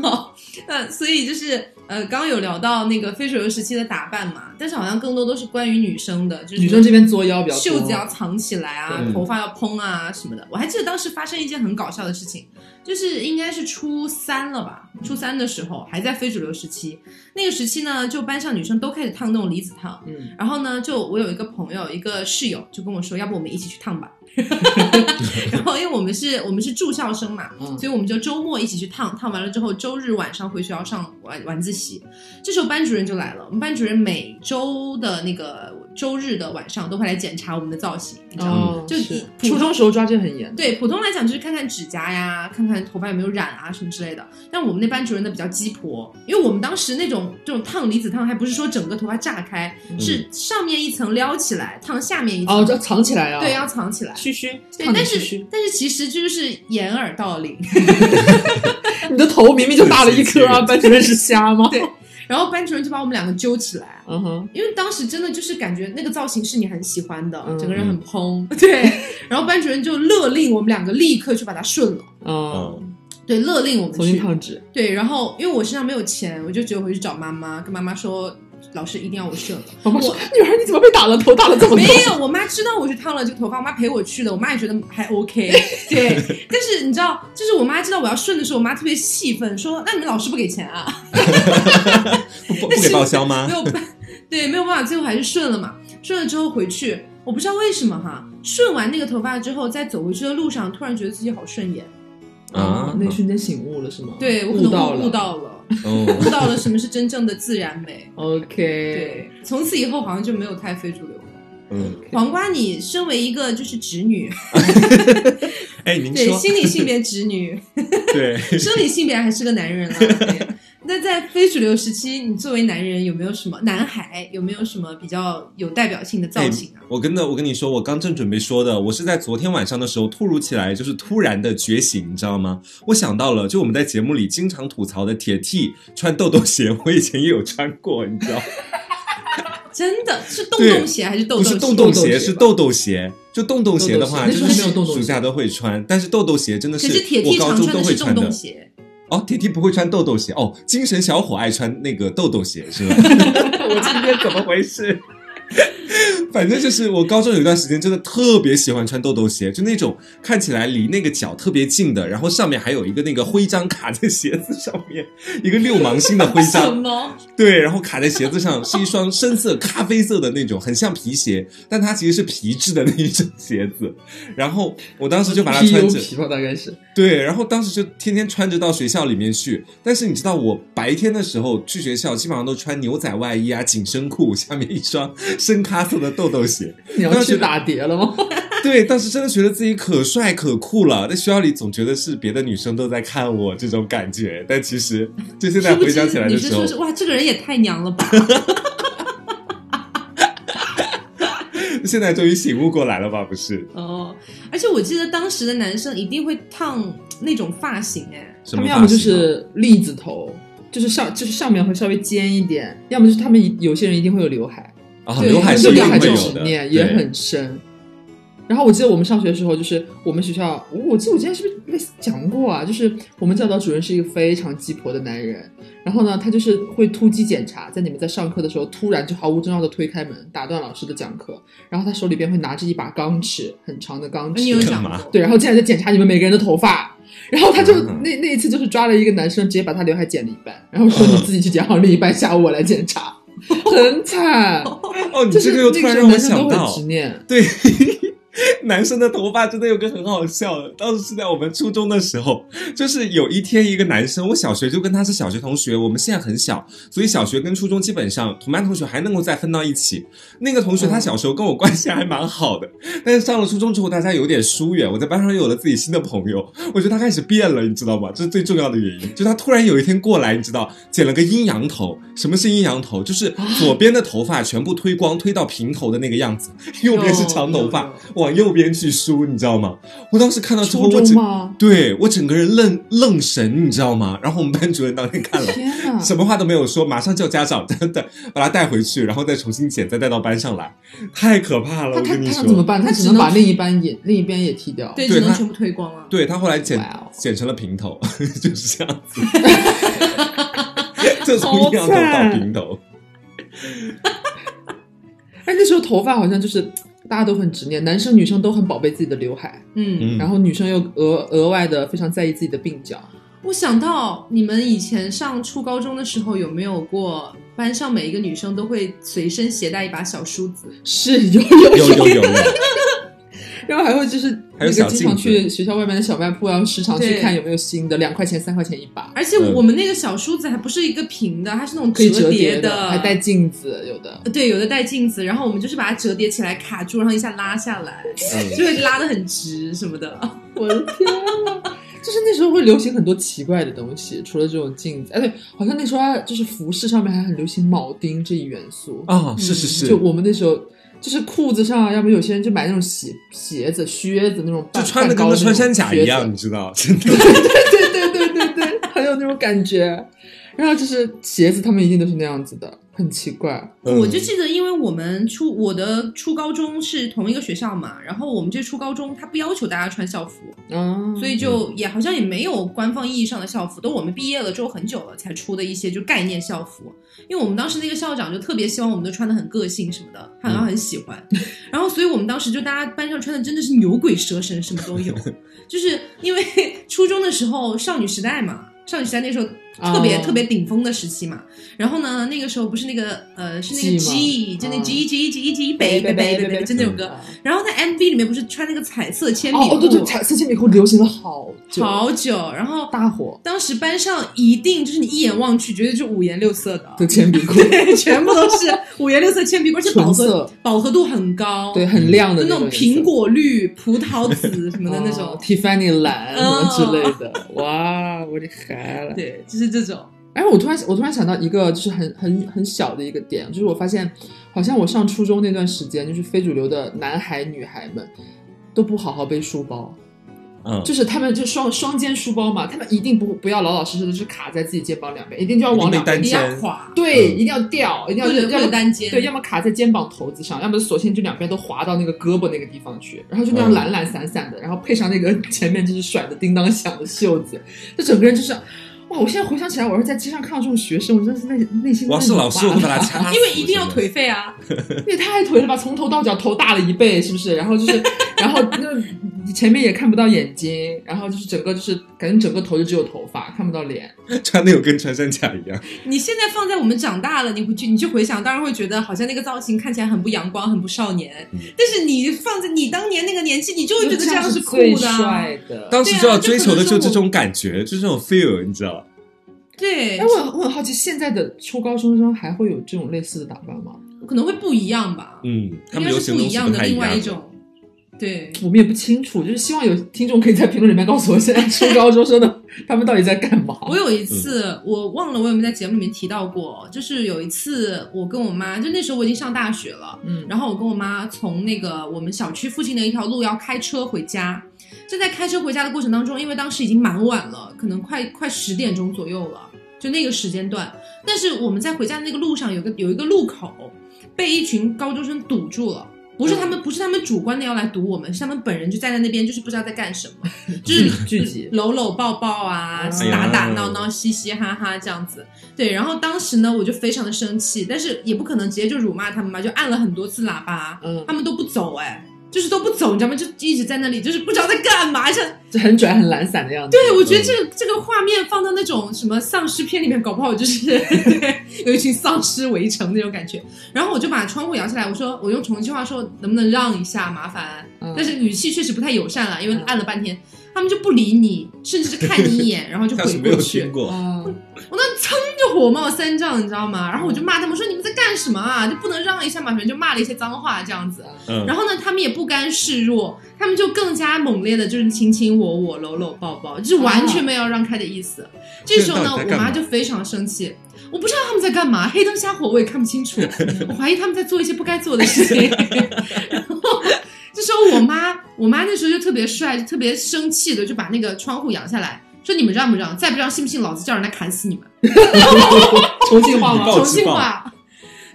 好，那所以就是呃，刚刚有聊到那个非主流时期的打扮嘛，但是好像更多都是关于女生的，就是女生这边作妖比较多，袖子要藏起来啊，对头发要蓬啊什么的。我还记得当时发生一件很搞笑的事情，就是应该是初三了吧，初三的时候还在非主流时期，那个时期呢，就班上女生都开始烫那种离子烫。嗯，然后呢，就我有一个朋友，一个室友就跟我说，要不我们一起去烫吧。 *laughs* 然后因为我们是我们是住校生嘛，嗯所以我们就周末一起去烫，烫完了之后，周日晚上回学校上晚晚自习。这时候班主任就来了，我们班主任每周的那个周日的晚上都会来检查我们的造型，你知道吗？哦，就是以普初中时候抓这很严，对，普通来讲就是看看指甲呀，看看头发有没有染啊什么之类的。但我们那班主任的比较鸡婆，因为我们当时那种这种烫离子烫，还不是说整个头发炸开，是上面一层撩起来烫下面一层，嗯哦，要藏起来啊，对，要藏起来。嘘嘘，对，烫但点嘘是嘘，但是其实就是掩耳盗铃。 *laughs* 你的头明明就大了一颗啊，班主任是瞎吗？对，然后班主任就把我们两个揪起来，嗯哼，因为当时真的就是感觉那个造型是你很喜欢的，嗯整个人很蓬。对，然后班主任就勒令我们两个立刻去把它顺了，嗯，嗯，对，勒令我们重新去。烫纸，对，然后因为我身上没有钱，我就只有回去找妈妈，跟妈妈说，老师一定要我 *laughs* 射了。妈妈说：“哦女孩，你怎么被打了？头大了这么没多有，我妈知道我去烫了这个头发，我妈陪我去的，我妈也觉得还 *laughs* OK。对，但是你知道，就是我妈知道我要顺的时候，我妈特别气愤，说：“那你们老师不给钱啊嗯不不不给报销？”吗 *laughs* 没？有办，对，没有办法，最后还是顺了嘛。顺了之后回去，我不知道为什么哈，顺完那个头发之后，在走回去的路上，突然觉得自己好顺眼。啊，哦那一瞬间醒悟了是吗？对我可悟能到悟了，悟到了，哦，悟到了什么是真正的自然美。 OK，对，从此以后好像就没有太非主流了。嗯，黄瓜，你身为一个就是直女，哎，您对，说心理性别直女，对，生理性别还是个男人了。啊对那在非主流时期，你作为男人有没有什么男孩有没有什么比较有代表性的造型啊？我真的，我跟你说，我刚正准备说的，我是在昨天晚上的时候突如其来，就是突然的觉醒，你知道吗？我想到了，就我们在节目里经常吐槽的铁 T 穿豆豆鞋，我以前也有穿过，你知道，真的是洞对洞鞋还是豆豆不是鞋？洞豆洞豆鞋鞋，吧是豆豆鞋。就洞洞鞋的话，豆就豆鞋那时候还没有是洞洞暑鞋假都会穿，但是豆豆鞋真的可是铁我 T 高常中穿都的会是洞穿洞的。鞋，哦，铁 T 不会穿豆豆鞋哦，精神小伙爱穿那个豆豆鞋是吧？ *laughs* 我今天怎么回事？ *laughs* 反正就是我高中有一段时间真的特别喜欢穿豆豆鞋，就那种看起来离那个脚特别近的，然后上面还有一个那个徽章卡在鞋子上面，一个六芒星的徽什章， *laughs* 么？对，然后卡在鞋子上，是一双深色咖啡色的那种，很像皮鞋，但它其实是皮质的那一种鞋子。然后我当时就把它穿 PU 着，皮吧，大概是对，然后当时就天天穿着到学校里面去，但是你知道我白天的时候去学校，基本上都穿牛仔外衣啊、紧身裤，下面一双深咖色的豆豆 *laughs* 鞋。你要当时去打碟了吗？对，当时真的觉得自己可帅可酷了，在学校里总觉得是别的女生都在看我这种感觉，但其实就现在殊不回知想起来的你是时候说，是哇，这个人也太娘了吧？ *laughs* *laughs* 现在终于醒悟过来了吧？不是哦，而且我记得当时的男生一定会烫那种发型，哎，什他么们发型啊，要么就是栗子头，就是上就是上面会稍微尖一点；要么就是他们一有些人一定会有刘海，啊，对刘海就是是一刘定海会这有种执的，念也对很深。然后我记得我们上学的时候，就是我们学校，我我记得我之前是不是类似讲过啊？就是我们教导主任是一个非常鸡婆的男人，然后呢，他就是会突击检查，在你们在上课的时候，突然就毫无征兆的推开门，打断老师的讲课，然后他手里边会拿着一把钢尺，很长的钢尺，你有讲干过嘛？对，然后竟然在检查你们每个人的头发。然后他就嗯那那一次就是抓了一个男生，直接把他刘海剪了一半，然后说你自己去剪好另一半，下午我来检查，很惨。 *laughs* 哦，你就这是个那又个突时然让候我男生想都到很，执念，对， *laughs* 男生的头发真的有个很好笑的，当时是在我们初中的时候，就是有一天一个男生，我小学就跟他是小学同学，我们现在很小，所以小学跟初中基本上同班同学还能够再分到一起。那个同学他小时候跟我关系还蛮好的，但是上了初中之后大家有点疏远，我在班上有了自己新的朋友，我觉得他开始变了，你知道吗？这是最重要的原因，就他突然有一天过来，你知道，剪了个阴阳头。什么是阴阳头？就是啊左边的头发全部推光，推到平头的那个样子，右边是长头发，往右边去梳，你知道吗？我当时看到之后，初我中整 *laughs* 吗？对我整个人愣愣神，你知道吗？然后我们班主任当天看了。天哪！什么话都没有说，马上叫家长，真的把他带回去，然后再重新剪，再带到班上来，太可怕了！他我他跟你他想怎么说，办？他他只只能能把另一半也另一边也剃掉。对，对只能他全部推光啊。对他后来剪、哇哦剪成了平头， *laughs* 就是这样 *laughs* 子，就从一样头好到惨平头。哎，那时候头发好像就是大家都很执念，男生女生都很宝贝自己的刘海，嗯，嗯然后女生又额额外的非常在意自己的鬓角。我想到你们以前上初高中的时候，有没有过班上每一个女生都会随身携带一把小梳子？是有有有有 *laughs* 有有， *laughs* 然后还会就是还那有个小经镜常子去学校外面的小卖铺，然后时常去对看有没有新的，两块钱、三块钱一把，而且嗯我们那个小梳子还不是一个平的，它是那种可以折叠呃叠还带镜子，有的。对，有的带镜子，然后我们就是把它折叠起来卡住，然后一下拉下来，嗯就会拉得很直什么的。 *laughs* 我的天啊！就是那时候会流行很多奇怪的东西，除了这种镜子，哎，对，好像那时候还就是服饰上面还很流行铆钉这一元素。啊，是是嗯是，就我们那时候，就是裤子上，啊要么有些人就买那种鞋鞋子、靴子那种半，就穿的跟半高个的那穿种山甲靴一子样，你知道， *laughs* 真 *laughs* 的。 *laughs* 对对对对对，很有那种感觉。然后就是鞋子，他们一定都是那样子的，很奇怪。我就嗯记得，因为我们初我的初高中是同一个学校嘛，然后我们这初高中他不要求大家穿校服，啊，所以就也好像也没有官方意义上的校服，都我们毕业了之后很久了才出的一些就概念校服。因为我们当时那个校长就特别希望我们都穿的很个性什么的，他好像很喜欢。然后所以我们当时就大家班上穿的真的是牛鬼蛇神，什么都有。就是因为初中的时候少女时代嘛，少女时代那时候特别、哦特别顶峰的时期嘛。然后呢，那个时候不是那个呃，是那个 G， G 嘛就那嗯 G G G G 北北北北北，就那首歌。然后在 MV 里面不是穿那个彩色铅笔哦裤，哦对对，彩色铅笔裤流行了好久，好久。然后大火当时班上一定就是你一眼望去，绝对就五颜六色的，的铅笔裤， *laughs* 全部都是五颜六色铅笔，而且饱纯和色，饱和度很高，对，很亮嗯的就那种种颜色苹果绿、葡萄紫什么的那种 *laughs* 哦。Tiffany 蓝什哦么之类的，哇，我的孩了。对，就是这种。哎，我突然我突然想到一个，就是很很很小的一个点，就是我发现，好像我上初中那段时间，就是非主流的男孩女孩们都不好好背书包，嗯，就是他们就双双肩书包嘛，他们一定不不要老老实实的，就是卡在自己肩膀两边，一定就要往两边一定被单压肩垮，对，嗯一定要掉，一定要或者要或者么单肩对，要么卡在肩膀头子上，要么索性就两边都滑到那个胳膊那个地方去，然后就那样嗯懒懒散散的，然后配上那个 *laughs* 前面就是甩的叮当响的袖子，就整个人就是。哇！我现在回想起来，我要是在街上看到这种学生，我真的是内内心我要真是的老师，我麻会把他掐死。因为一定要真的颓废啊！也太颓了吧！从头到脚头大了一倍，是不是？然后就是，然后那前面也看不到眼睛，然后就是整个就是感觉整个头就只有头发，看不到脸。穿的有跟穿山甲一样。你现在放在我们长大了，你回去你去回想，当然会觉得好像那个造型看起来很不阳光，很不少年。嗯但是你放在你当年那个年纪，你就会觉得这样是是酷最的啊。帅的。当时就要追求的就是这种感觉，就是这种 feel，你知道吧？对哎，，我很我很好奇，现在的初高中生还会有这种类似的打扮吗？可能会不一样吧。嗯，他应们该流是行不东一西样不的太另外一一。种。对，我们也不清楚，就是希望有听众可以在评论里面告诉我，现在初高中生的他们到底在干嘛？哦我有一嗯次，我忘了我有没有在节目里面提到过，就是有一次我跟我妈，就那时候我已经上大学了，嗯，然后我跟我妈从那个我们小区附近的一条路要开车回家，就在开车回家的过程当中，因为当时已经蛮晚了，可能快快十点钟左右了，就那个时间段。但是我们在回家的那个路上有个有一个路口被一群高中生堵住了。不是他们，不是他们主观的要来堵我们，是他们本人就站在那边，就是不知道在干什么，就是聚集搂搂抱抱啊，哎呀打打闹闹，嘻嘻哈哈这样子。对，然后当时呢，我就非常的生气，但是也不可能直接就辱骂他们嘛，就按了很多次喇叭，嗯他们都不走、哎，就是都不走，你知道吗？就一直在那里，就是不知道在干嘛。像就很拽、很懒散的样子。对我觉得这个、这个画面放到那种什么丧尸片里面，搞不好就是 *laughs* 对有一群丧尸围城那种感觉。然后我就把窗户摇下来，我说我用重庆话说，能不能让一下，麻烦。嗯但是语气确实不太友善了，因为按了半天，他们就不理你，甚至是看你一眼，然后就像回是没有过去哦听。过，啊，我那噌就火冒三丈，你知道吗？然后我就骂他们，我说你们在干什么啊？就不能让一下嘛？反正就骂了一些脏话这样子。嗯，然后呢，他们也不甘示弱，他们就更加猛烈的，就是亲亲我我，搂搂抱抱，就是完全没有让开的意思。这时候呢，啊这到底在我干嘛妈就非常生气，我不知道他们在干嘛，黑灯瞎火我也看不清 *laughs* 楚，我怀疑他们在做一些不该做的事情。 *laughs* 然后这时候我妈，我妈那时候就特别帅，就特别生气的就把那个窗户摇下来，说你们让不让？再不让，信不信老子叫人来砍死你们？重庆话以暴吗？重制庆暴话。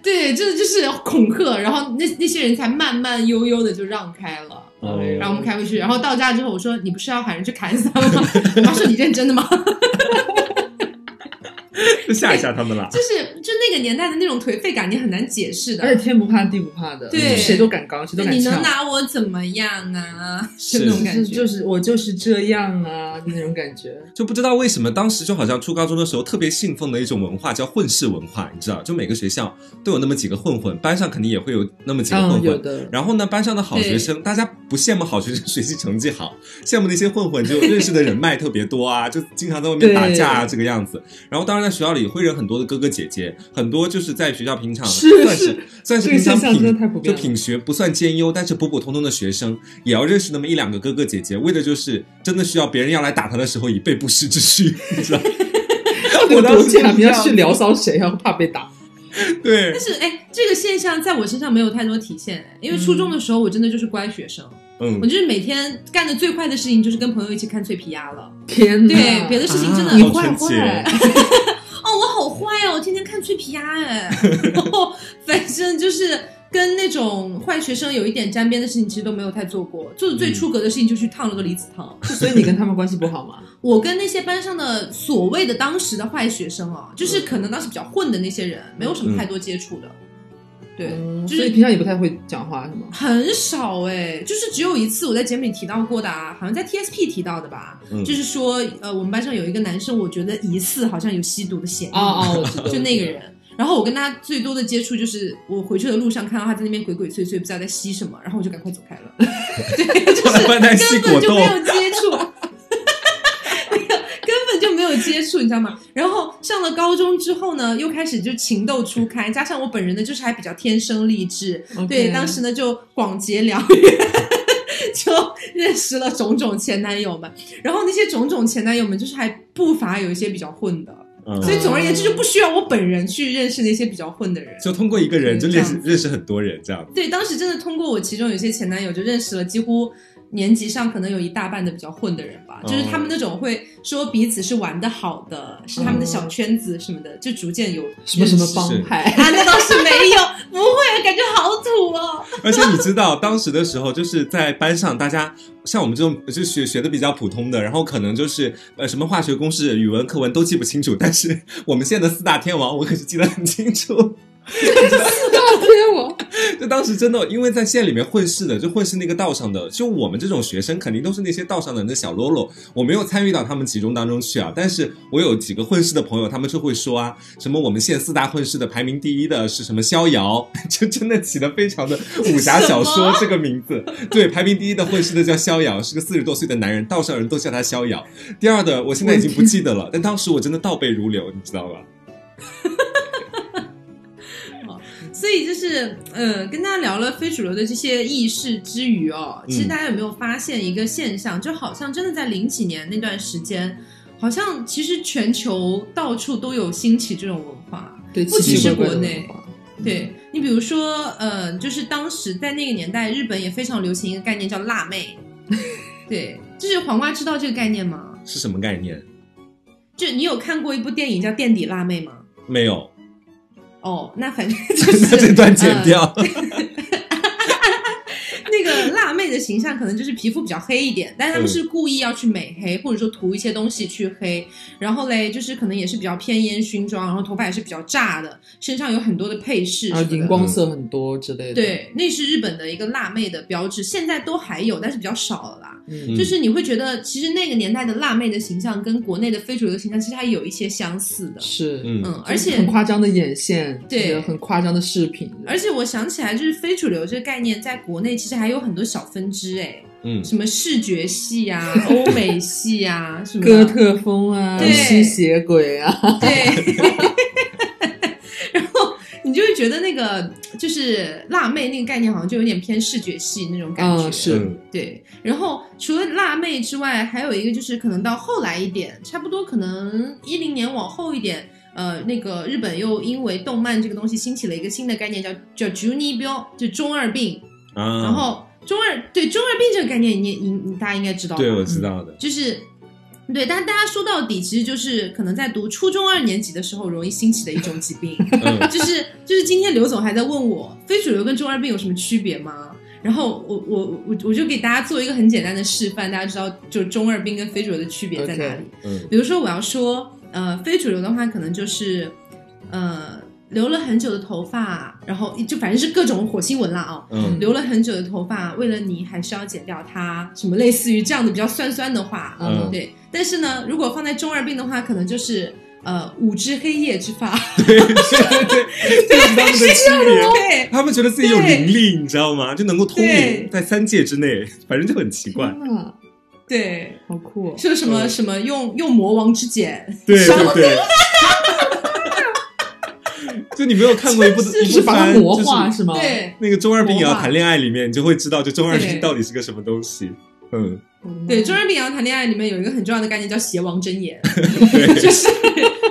对，这就是恐吓，然后那那些人才慢慢悠悠的就让开了。嗯然后我们开回去，然后到家之后，我说你不是要喊人去砍死他们吗？ *laughs* 我妈说你认真的吗？就 *laughs* 吓一吓 *laughs* 他们啦。就是就那个年代的那种颓废感，你很难解释而且的。天不怕地不怕的，对谁都敢刚，谁都敢你能呛。拿我怎么样啊？是就那种感就是觉。就是我就是这样啊，那种感觉。就不知道为什么，当时就好像初高中的时候特别信奉的一种文化叫混世文化，你知道，就每个学校都有那么几个混混，班上肯定也会有那么几个 *laughs* 嗯，混有混。 *laughs* 的。然后呢，班上的好学生，大家不羡慕好学生学习成绩好，羡慕那些混混就认识的人脉特别多啊，就经常在外面打架啊这个样子。然后当然在学校里会认很多的哥哥姐姐，很多就是在学校平常是算是算是这个平常现象真的太品普就遍了品学不算兼优，但是普普通通的学生也要认识那么一两个哥哥姐姐，为的就是真的需要别人要来打他的时候以备不时之需， *laughs* 你知道。我我当多时就是这假，样你要去聊骚谁啊？怕被打。对但，是哎，这个现象在我身上没有太多体现，哎因为初中的时候我真的就是乖学生，嗯我，就是每天干的最快的事情就是跟朋友一起看脆皮鸭了。天哪！对，别的事情真的啊你好坏纯洁坏，哦，我好坏哦，我天天看脆皮鸭哎， *laughs* 然后反正就是跟那种坏学生有一点沾边的事情，其实都没有太做过。做嗯的最出格的事情就去烫了个离子烫。 *laughs* 所以你跟他们关系不好吗？我跟那些班上的所谓的啊当时的坏学生哦，就是可能当时比较混的那些人，没有什么太多接触的。对，嗯就所以是平常也不太会讲话，是吗？很少哎、就是只有一次我在节目里提到过的啊，好像在 TSP 提到的吧，嗯就是说呃，我们班上有一个男生，我觉得疑似好像有吸毒的嫌疑，哦哦，我知道， *laughs* 就那个人。然后我跟他最多的接触就是我回去的路上看到他在那边鬼鬼祟祟，不知道在吸什么，然后我就赶快走开了。对，就是后 *laughs* 来发现他吸根果本就冻没，有接 *laughs* 触，没有根本就没有接触，你知道吗？然后上了高中之后呢，又开始就情窦初开，加上我本人呢，就是还比较天生丽质， OK 对，当时呢就广结良缘。就认识了种种前男友们，然后那些种种前男友们就是还不乏有一些比较混的，嗯所以总而言之就不需要我本人去认识那些比较混的人。就通过一个人就认识嗯认识很多人这样。对，当时真的通过我其中有些前男友就认识了几乎年级上可能有一大半的比较混的人吧，哦就是他嗯们那种会说彼此是玩的好的，是他们的小圈子什么的，就逐渐有嗯什么什么认识帮派，啊，那倒是没 *laughs* 有，不会，感觉好土哦。而且你知道，当时的时候就是在班上，大家像我们这种就学学的比较普通的，然后可能就是呃什么化学公式、语文课文都记不清楚，但是我们现在的四大天王我可是记得很清楚。天我，就当时真的，因为在县里面混世的，就混世那个道上的，就我们这种学生肯定都是那些道上的人的小喽啰，我没有参与到他们其中当中去啊。但是我有几个混世的朋友，他们就会说啊，什么我们县四大混世的排名第一的是什么逍遥， *laughs* 就真的起的非常 *laughs* 的武侠小说这个名字。对，排名第一的混世的叫逍遥，是个四十多岁的男人，道上人都叫他逍遥。第二的我现在已经不记得了，但当时我真的倒背如流，你知道吧？所以就是，呃，跟大家聊了非主流的这些意识之余哦，嗯其实大家有没有发现一个现象，就好像真的在零几年那段时间，好像其实全球到处都有兴起这种文化。对，不只是怪怪的国内文化，对你，比如说，呃，就是当时在那个年代，日本也非常流行一个概念叫“辣妹”， *laughs* 对，就是黄瓜知道这个概念吗？是什么概念？就你有看过一部电影叫《垫底辣妹》吗？没有，哦，那反正就是 *laughs* 那这段剪呃掉。那个辣妹的形象可能就是皮肤比较黑一点，但他们嗯是故意要去美黑，或者说涂一些东西去黑。然后嘞，就是可能也是比较偏烟熏妆，然后头发也是比较炸的，身上有很多的配饰然什后么啊荧的。光色很多之类的，，对，那是日本的一个辣妹的标志，现在都还有，但是比较少了啦。嗯嗯就是你会觉得，其实那个年代的辣妹的形象跟国内的非主流形象其实还有一些相似的。是，嗯嗯，而且很夸张的眼线，对就是很夸张的饰品，而且我想起来，就是非主流这个概念，在国内其实还有很多小分支哎，嗯，什么视觉系啊、欧美系啊，什么的哥特风啊，对吸血鬼啊， *laughs* 对。 *laughs* 然后你就会觉得那个就是辣妹那个概念，好像就有点偏视觉系那种感觉。嗯是嗯对。然后除了辣妹之外，还有一个就是可能到后来一点，差不多可能一零年往后一点。呃，那个日本又因为动漫这个东西兴起了一个新的概念叫，叫 “juni 标”，就中二病。啊，然后中二对中二病这个概念你，你你大家应该知道吧？嗯对，我知道的。就是对，但大家说到底，其实就是可能在读初中二年级的时候容易兴起的一种疾病， *laughs* 嗯，就是就是今天刘总还在问我，非主流跟中二病有什么区别吗？然后我我我我就给大家做一个很简单的示范，大家知道就中二病跟非主流的区别在哪里。嗯比如说我要说，呃，非主流的话，可能就是，呃，留了很久的头发，然后就反正是各种火星文啦啊、 *laughs* 嗯留了很久的头发，为了你还是要剪掉它，什么类似于这样的比较酸酸的话，嗯对。但是呢，如果放在中二病的话，可能就是呃五只黑夜之发，对对对，这是他们的区别。对他们觉得自己有灵力，你知道吗？就能够通灵对，在三界之内，反正就很奇怪。天啊， *laughs* 对，好酷哦！说什么、嗯什么用用魔王之剪，对对对。就你没有看过一部就一是部把它番，魔化就是吗？，对那个中二病也要谈恋爱里面，你就会知道这中二病对到底是个什么东西。嗯，对，中是二病也要谈恋爱里面有一个很重要的概念叫邪王真眼， *laughs* 对，就是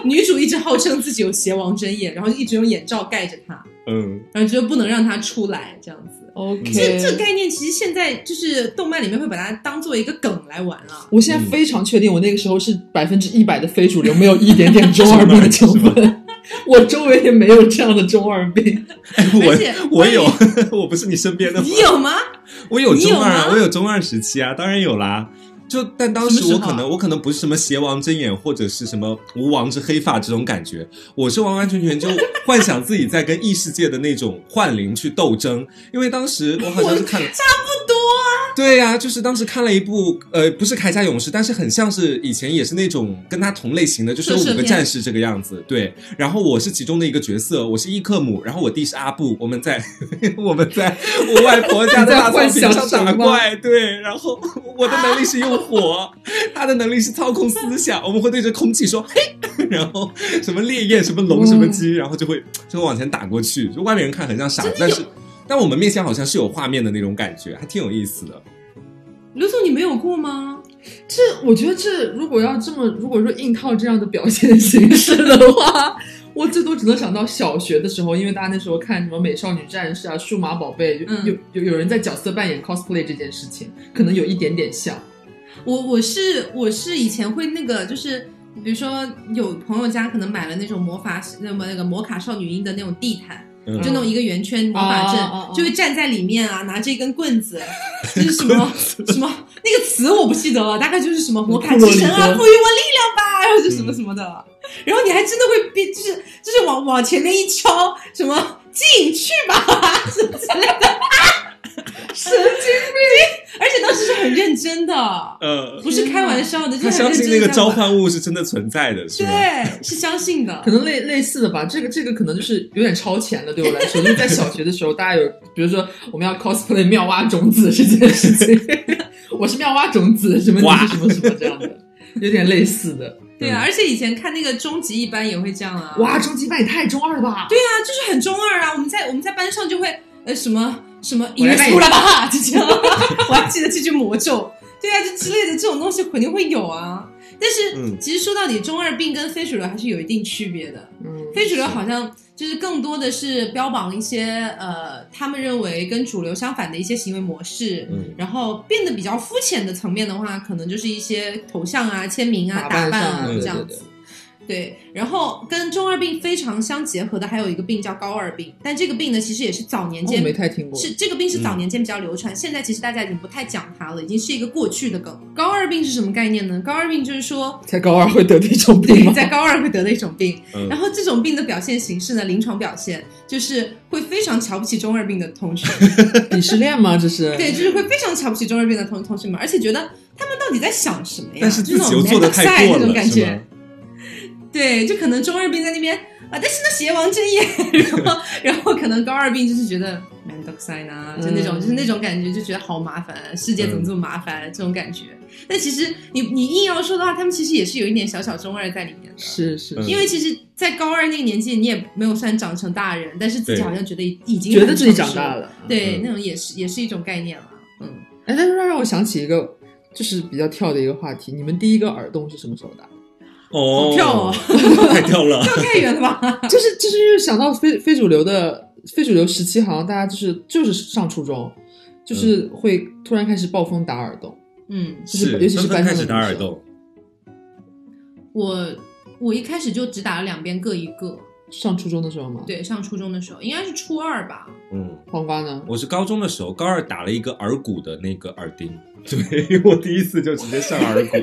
女主一直号称自己有邪王真眼，然后一直用眼罩盖着它，嗯，然后觉得不能让它出来这样子。 OK。这这个概念其实现在就是动漫里面会把它当做一个梗来玩啊了。*laughs* 我现在非常确定，我那个时候是百分之一百的非主流，没有一点点中二病的成分。我周围也没有这样的中二病，哎而且我 *laughs* 我关于有，我不是你身边的吗，你有吗？我有中二你有啊，吗我有中二时期啊，当然有啦。就但当时什么时我候啊可能我可能不是什么邪王真眼或者是什么无王之黑发这种感觉，我是完完全全就幻想自己在跟异世界的那种幻灵去斗争，因为当时我好像是看了差不多啊，对呀、就是当时看了一部呃不是铠甲勇士，但是很像是以前也是那种跟他同类型的，就是有射射五个片战士这个样子，对，然后我是其中的一个角色，我是伊克姆，然后我弟是阿布，我们在 *laughs* 我们在我外婆家的 *laughs* 大草坪上打怪，对，然后我的能力是用火，他的能力是操控思想，我们会对着空气说嘿， *laughs* 然后什么烈焰、什么龙、什么嗯鸡，然后就会就会往前打过去，就外面人看很像傻子，但是但我们面前好像是有画面的那种感觉，还挺有意思的。刘总，你没有过吗？这我觉得这如果要这么，如果说硬套这样的表现形式的话，我最多只能想到小学的时候，因为大家那时候看什么美少女战士啊、数码宝贝，有、嗯有有有人在角色扮演 cosplay 这件事情，可能有一点点像。我我是我是以前会那个就是。比如说，有朋友家可能买了那种魔法，那么那个魔卡少女樱的那种地毯，嗯就那种一个圆圈魔法阵，哦哦哦就会站在里面啊，拿着一根棍子，就是什么什么那个词我不记得了，大概就是什么魔卡之神啊，嗯赋予我力量吧，然后就什么什么的，然后你还真的会变，就是就是往往前面一敲，什么进去吧， *laughs* 什么之类的，神经病， *laughs* 而且当时是很认真的，呃，不是开玩笑的，就他是很相认真信地那个在召玩，唤物是真的存在的，是吗？对，是相信的可，能类类似的吧，这个这个可能就是有点超前了，对我来说，就是在小学的时候，大家有，比如说我们要 cosplay 妙蛙种子这件事情， *laughs* 我是妙蛙种子，什么你哇是什么什么这样的，有点类似的。对啊，而且以前看那个终极一班也会这样啊，哇，终极版也太中二了吧！对啊，就是很中二啊。我们在我们在班上就会呃什么什么我音来乐扮演出来吧，就这样。 *laughs* 我还记得这句魔咒，对啊，就之类的这种东西肯定会有啊。但是、嗯其实说到底，中二病跟非主流还是有一定区别的。嗯，非主流好像就是更多的是标榜一些呃他们认为跟主流相反的一些行为模式。嗯，然后变得比较肤浅的层面的话，可能就是一些头像啊、签名啊、打打扮扮上啊对这样对对子。对，然后跟中二病非常相结合的还有一个病叫高二病，但这个病呢，其实也是早年我间、哦没太听过，嗯是这个病是早年间比较流传，现在其实大家已经不太讲它了，已经是一个过去的梗了。高二病是什么概念呢？高二病就是 *laughs* 说在高二会得的一种病吗？在高二会得的一种病，嗯然后这种病的表现形式呢，临床表现就是会非常瞧不起中二病的同学， *laughs* 鄙视链吗？这是对，就是会非常瞧不起中二病的同同学们，而且觉得他们到底在想什么呀？但是就自那己种又做的太过那了，种感是觉吗。？对，就可能中二病在那边啊，但是那邪王正业，然后然后可能高二病就是觉得蛮 d o x i n 啊，就那种、嗯就是那种感觉，就觉得好麻烦，世界怎么这么麻烦、这种感觉。但其实你你硬要说的话，他们其实也是有一点小小中二在里面的。是是，嗯因为其实，在高二那个年纪，你也没有算长成大人，但是自己对好像觉得已已经觉得很自己成长大熟，了。对，嗯那种也是也是一种概念了。嗯，哎，但是让让我想起一个，就是比较跳的一个话题，你们第一个耳洞是什么时候打？哦，好 *laughs* 跳哦 *laughs* 太跳了，太远了 *laughs* 吧？ *laughs* 就是就是因为想到非非主流的非主流时期，好像大家就是就是上初中，就是会突然开始暴风打耳洞，嗯，就是尤其纷是纷开班上的始打女耳生洞，我我一开始就只打了两边各一个。上初中的时候吗？，对，上初中的时候，应该是初二吧。嗯。黄瓜呢？我是高中的时候，高二打了一个耳骨的那个耳钉，对我第一次就直接上耳 *laughs* 骨，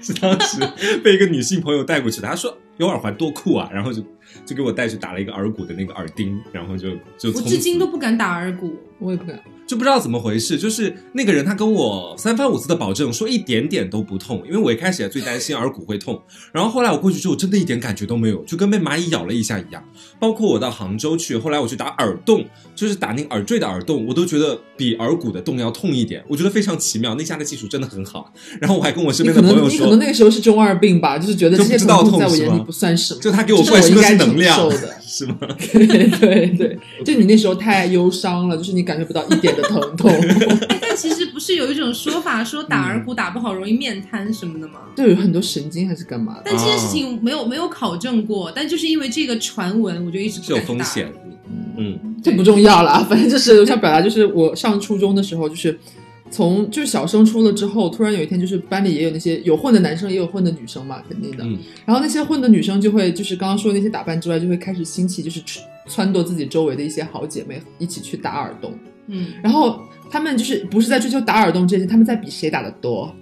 是当时被一个女性朋友带过去的，她说有耳环多酷啊，然后就就给我带去打了一个耳骨的那个耳钉，然后就就我从至今此都不敢打耳骨，我也不敢。就不知道怎么回事，就是那个人他跟我三番五次的保证说一点点都不痛，因为我一开始也最担心耳骨会痛，然后后来我过去之后真的一点感觉都没有，就跟被蚂蚁咬了一下一样。包括我到杭州去，后来我去打耳洞，就是打那个耳坠的耳洞，我都觉得比耳骨的洞要痛一点，我觉得非常奇妙，那家的技术真的很好。然后我还跟我身你边可的朋能友你可能说那，个时候是中二病吧，就是觉得就这不些知道疼痛痛在我是眼里吗不算什么，就他给我这是灌输应的该是能量承受的，是吗？对对对，就你那时候太忧伤了，就是你感觉不到一点的疼痛。哎， *laughs* 但其实不是有一种说法嗯说打耳骨打不好容易面瘫什么的吗？对，有很多神经还是干嘛的？但这件事啊情没有没有考证过，但就是因为这个传闻，我就一直不是有敢风打险。的，嗯这不重要啦， *laughs* 反正就是我想表达，就是我上初中的时候，就是从就是小升初了之后，突然有一天，就是班里也有那些有混的男生，也有混的女生嘛，肯定的。嗯然后那些混的女生就会，就是刚刚说的那些打扮之外，就会开始兴起，就是撺撺掇自己周围的一些好姐妹一起去打耳洞。嗯，然后她们就是不是在追求打耳洞这些，她们在比谁打的多。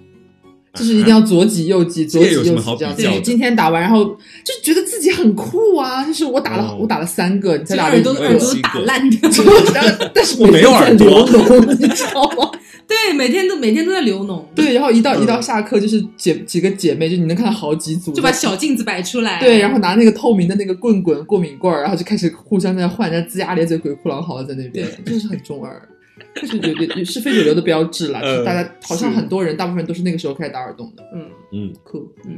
就是一定要左挤右挤，左挤啊这个有什右么挤好这样比较的对今天打完，然后就觉得自己很酷啊！就是我打了，哦我打了三个，你这才打了耳一朵个，我耳有朵吸打过烂掉。然后 *laughs* 但是我没有耳朵每天在流 *laughs* 脓，你知道吗？ *laughs* 对，每天都每天都在流脓，， *laughs* 对，然后一到嗯一到下课，就是姐几个姐妹，就你能看到好几组，就把小镜子摆出来，对，然后拿那个透明的那个棍棍过敏棍儿，然后就开始互相在换，人家龇牙咧嘴、鬼哭狼嚎的在那边，就是很中二，就是有点是非主流的标志了。就是大家好像嗯是很多人，大部分都是那个时候开始打耳洞的，嗯。嗯，酷。嗯，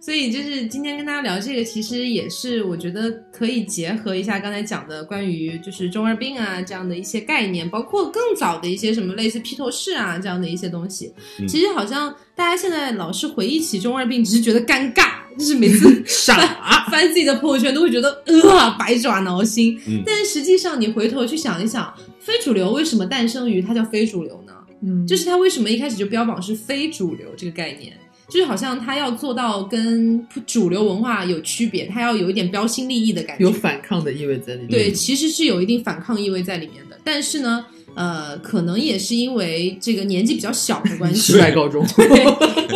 所以就是今天跟大家聊这个，其实也是我觉得可以结合一下刚才讲的关于就是中二病啊这样的一些概念，包括更早的一些什么类似披头士啊这样的一些东西。嗯其实好像大家现在老是回忆起中二病，只是觉得尴尬，就是每 *laughs* 次傻，翻自己的朋友圈都会觉得呃百爪挠心。嗯但是实际上你回头去想一想，非主流为什么诞生于它叫非主流呢？ *laughs* 嗯，就是他为什么一开始就标榜是非主流这个概念，就是好像他要做到跟主流文化有区别，他要有一点标新立异的感觉。有反抗的意味在里面。对，嗯其实是有一定反抗意味在里面的。但是呢，呃，可能也是因为这个年纪比较小的关系失，败告终。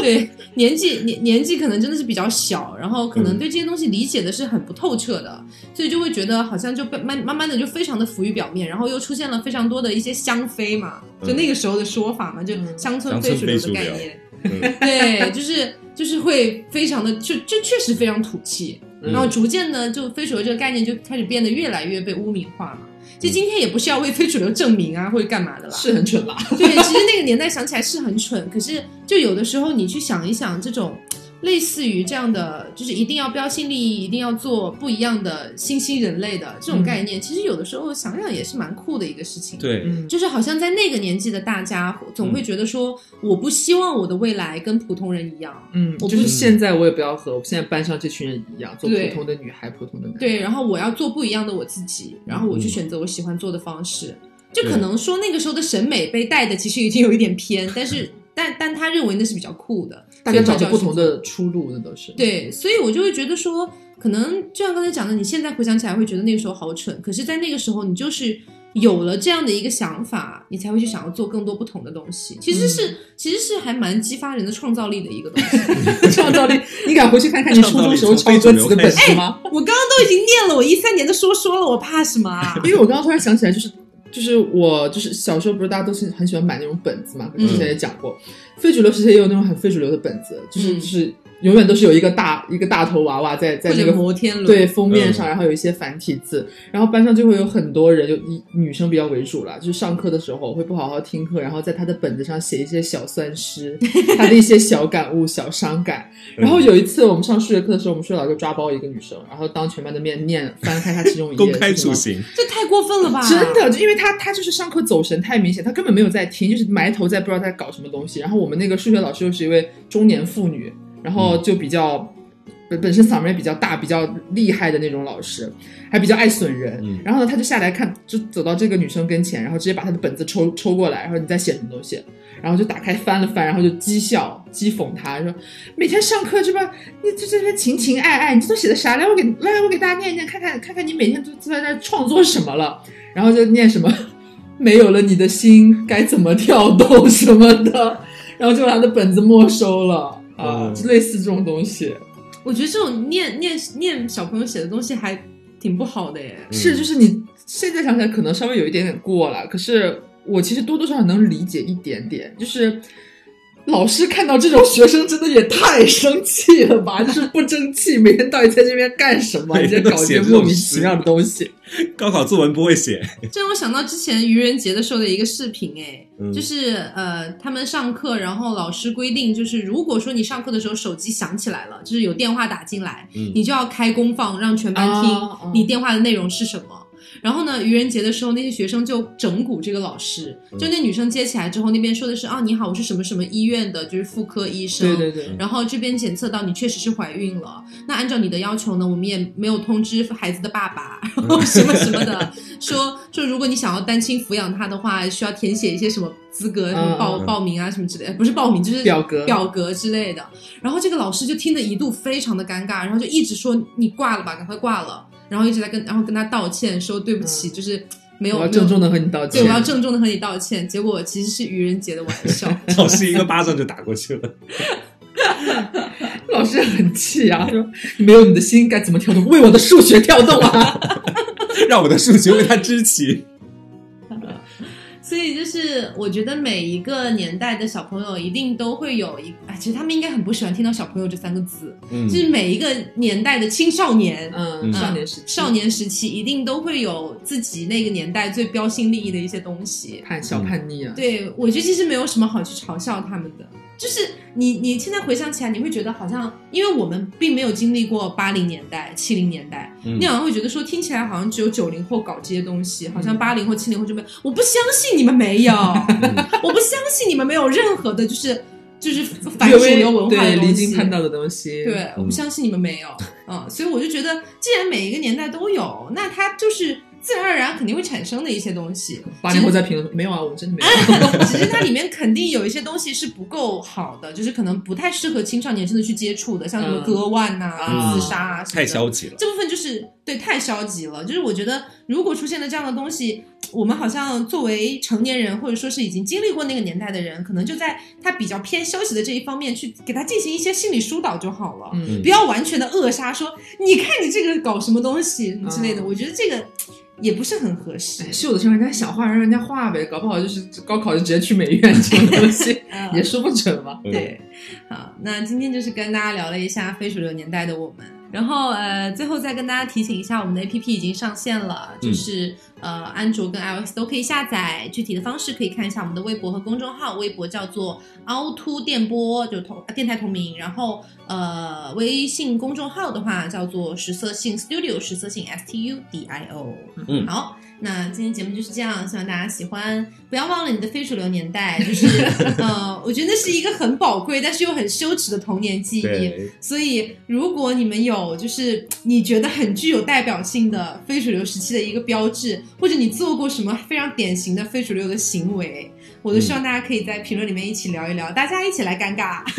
对，年纪年年纪可能真的是比较小，然后可嗯能对这些东西理解的是很不透彻的，所以就会觉得好像就被慢慢慢的就非常的浮于表面，然后又出现了非常多的一些乡非嘛，就那个时候的说法嘛，就嗯乡村乡非村主流的非主概流念， *laughs* 嗯对，就是就是会非常的就就确实非常土气，嗯然后逐渐呢就非主流这个概念就开始变得越来越被污名化嘛。其实今天也不是要为非主流证明啊，或者干嘛 *laughs* 的啦， *laughs* 是很蠢啦，对，其实那个年代想起来是很蠢，可是就有的时候你去想一想，这种类似于这样的，就是一定要标新立异，一定要做不一样的新兴人类的这种概念，其实有的时候想想也是蛮酷的一个事情。。对，嗯，就是好像在那个年纪的大家，总嗯会觉得说，我不希望我的未来跟普通人一样，嗯，我不就是现在我也不要和我现在班上这群人一样，做对普通的女孩、普通的男孩。对，然后我要做不一样的我自己，然后我去嗯选择我喜欢做的方式。就对可能说那个时候的审美被带的其实已经有一点偏，但 *laughs* 是但但他认为那是比较酷的，大家所以找他就出要不去同做的出路，那都是。 *laughs* 对，所以我就会觉得说，可能就像刚才讲的，你现在回想起来会觉得那个时候好蠢，可是，在那个时候你就是有了这样的一个想法，你才会去想要做更多不同的东西。其实嗯是、其实是还蛮激发人的创造力的一个东西。创造力，你敢回去看看你初中时候抄歌词的本事吗？我刚刚都已经念了我一三年的说说了，我怕什么 *laughs* 啊？因为我刚刚突然想起来，就是就是我就是小时候不是大家都是很喜欢买那种本子嘛，嗯之前也讲过，非主流时期也有那种很非主流的本子，就是、嗯就是永远都是有一个大一个大头娃娃在在或那者个摩天轮，对，封面上，嗯然后有一些繁体字，然后班上就会有很多人，就以女生比较为主啦，就是上课的时候会不好好听课，然后在她的本子上写一些小酸 *laughs* 诗，她的一些小感悟、小伤感。 *laughs* 嗯然后有一次我们上数学课的时候，我们数学老师抓包一个女生，然后当全班的面念翻开她其中一页，公开是什处么刑，这太过分了吧？真的，就因为他他就是上课走神太明显，他根本没有在听，就是埋头在不知道在搞什么东西。然后我们那个数学老师又是一位中年妇女，然后就比较本本身嗓门也比较大、比较厉害的那种老师，还比较爱损人。嗯然后呢，他就下来看，就走到这个女生跟前，然后直接把她的本子抽抽过来，然后你再写什么东西。然后就打开翻了翻，然后就讥笑、讥讽他说：“每天上课是吧？你就这边情情爱爱，你这都写的啥？来，我给来，我给大家念一念，看看看看你每天都都在那创作什么了。”然后就念什么 *laughs* “没有了你的心该怎么跳动”什么的， *laughs* 然后就把他的本子没收了啊，嗯就类似这种东西。我觉得这种念念念小朋友写的东西还挺不好的耶。嗯是，就是你现在想起来可能稍微有一点点过了，可是我其实多多少少能理解一点点，就是老师看到这种学生真的也太生气了吧，就是不争气，每天到底在这边干什 *laughs* 么？每你在天都搞一写些这莫种名诗其妙的东西。高考作文不会写，这让我想到之前愚人节的时候的一个视频，哎，嗯就是呃，他们上课，然后老师规定，就是如果说你上课的时候手机响起来了，就是有电话打进来，嗯你就要开功放，让全班听哦哦你电话的内容是什么。然后呢，愚人节的时候，那些学生就整蛊这个老师，嗯就那女生接起来之后，那边说的是啊，你好，我是什么什么医院的，就是妇科医生，对对对，嗯然后这边检测到你确实是怀孕了，那按照你的要求呢，我们也没有通知孩子的爸爸，然后什么什么 *laughs* 的，说说如果你想要单亲抚养他的话，需要填写一些什么资格、什么报嗯嗯报名啊什么之类的，不是报名就是表格表格之类的。然后这个老师就听得一度非常的尴尬，然后就一直说你挂了吧，赶快挂了，然后一直在跟然后跟他道歉，说对不起，就是没有嗯我要没有郑重的和你道歉。对，我要 *laughs* 郑重的和你道歉。结果其实是愚人节的玩笑。老师一个巴掌就打过去了，老师很气啊，说你没有你的心该怎么跳动？为我的数学跳动啊！让我的数学为他支起。所以就是，我觉得每一个年代的小朋友一定都会有一，哎，其实他们应该很不喜欢听到“小朋友”这三个字，嗯就是每一个年代的青少年、 *laughs* 嗯，少年时期，少年时期，一定都会有自己那个年代最标新立异的一些东西。叛小叛逆啊，对，我觉得其实没有什么好去嘲笑他们的。就是你，你现在回想起来，你会觉得好像，因为我们并没有经历过八零年代、七零年代，嗯你好像会觉得说，听起来好像只有九零后搞这些东西，好像嗯八零后、七零后就没。我不相信你们没有， *laughs* 我不相信你们没有任何的，就是就是反略主微流文化对的离东经西。叛道的东西，对，我不相信你们没有，嗯，所以我就觉得，既然每一个年代都有，那它就是自然而然肯定会产生的一些东西。八零后在评论没有啊，我们真的没 *laughs* 有。只是它里面肯定有一些东西是不够好的，就是可能不太适合青少年真的去接触的，像什么嗯割腕呐、嗯自杀啊什么的， *laughs* 太消极了。这部分就是对太消极了。就是我觉得，如果出现了这样的东西，我们好像作为成年人，或者说是已经经历过那个年代的人，可能就在他比较偏消极的这一方面去给他进行一些心理疏导就好了。嗯不要完全的扼杀，说你看你这个搞什么东西什么之类的，嗯我觉得这个也不是很合适哎，。是有的时候人家想画让人家画呗，搞不好就是高考就直接去美院 *laughs* 这种 *laughs* 东西嗯也说不准嘛。嗯对，好，那今天就是跟大家聊了一下非主流年代的我们，然后呃，最后再跟大家提醒一下，我们的 APP 已经上线了，就嗯是、呃，安卓跟 iOS 都可以下载，具体的方式可以看一下我们的微博和公众号，微博叫做凹凸电波，就同呃电台同名，然后呃，微信公众号的话叫做实色性 Studio，实色性 S T U D I O，嗯好。那今天节目就是这样，希望大家喜欢。不要忘了你的非主流年代，就是 *laughs* 呃，我觉得那是一个很宝贵但是又很羞耻的童年记忆。对，所以，如果你们有就是你觉得很具有代表性的非主流时期的一个标志，或者你做过什么非常典型的非主流的行为，我都希望大家可以在评论里面一起聊一聊，大家一起来尴尬。 *laughs*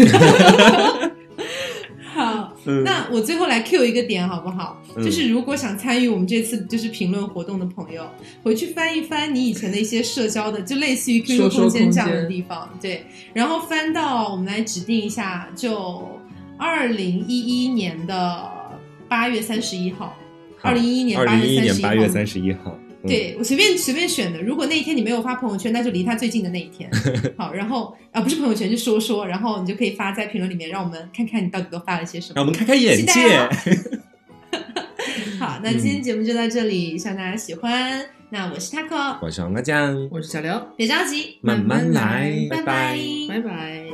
好。*laughs* 嗯那我最后来 Q 一个点好不好？嗯就是如果想参与我们这次就是评论活动的朋友，回去翻一翻你以前的一些社交的，就类似于 QQ 说说空间这样空的间地方，嗯对。然后翻到我们来指定一下，就二零一一年的八月三十一号，好二零一一年二八零一一月年三十一号，八月三十一号，嗯，对我随便随便选的。如果那一天你没有发朋友圈，那就离他最近的那一 *laughs* 天。好，然后啊不是朋友圈，就说说，然后你就可以发在评论里面，让我们看看你到底都发了些什么让。我们开开眼期待界啊。 *laughs* 好，那今天节目就到这里，希望大家喜欢。那我是 Taco，我是王阿江，我是小刘，别着急，慢慢来，嗯拜拜拜拜拜。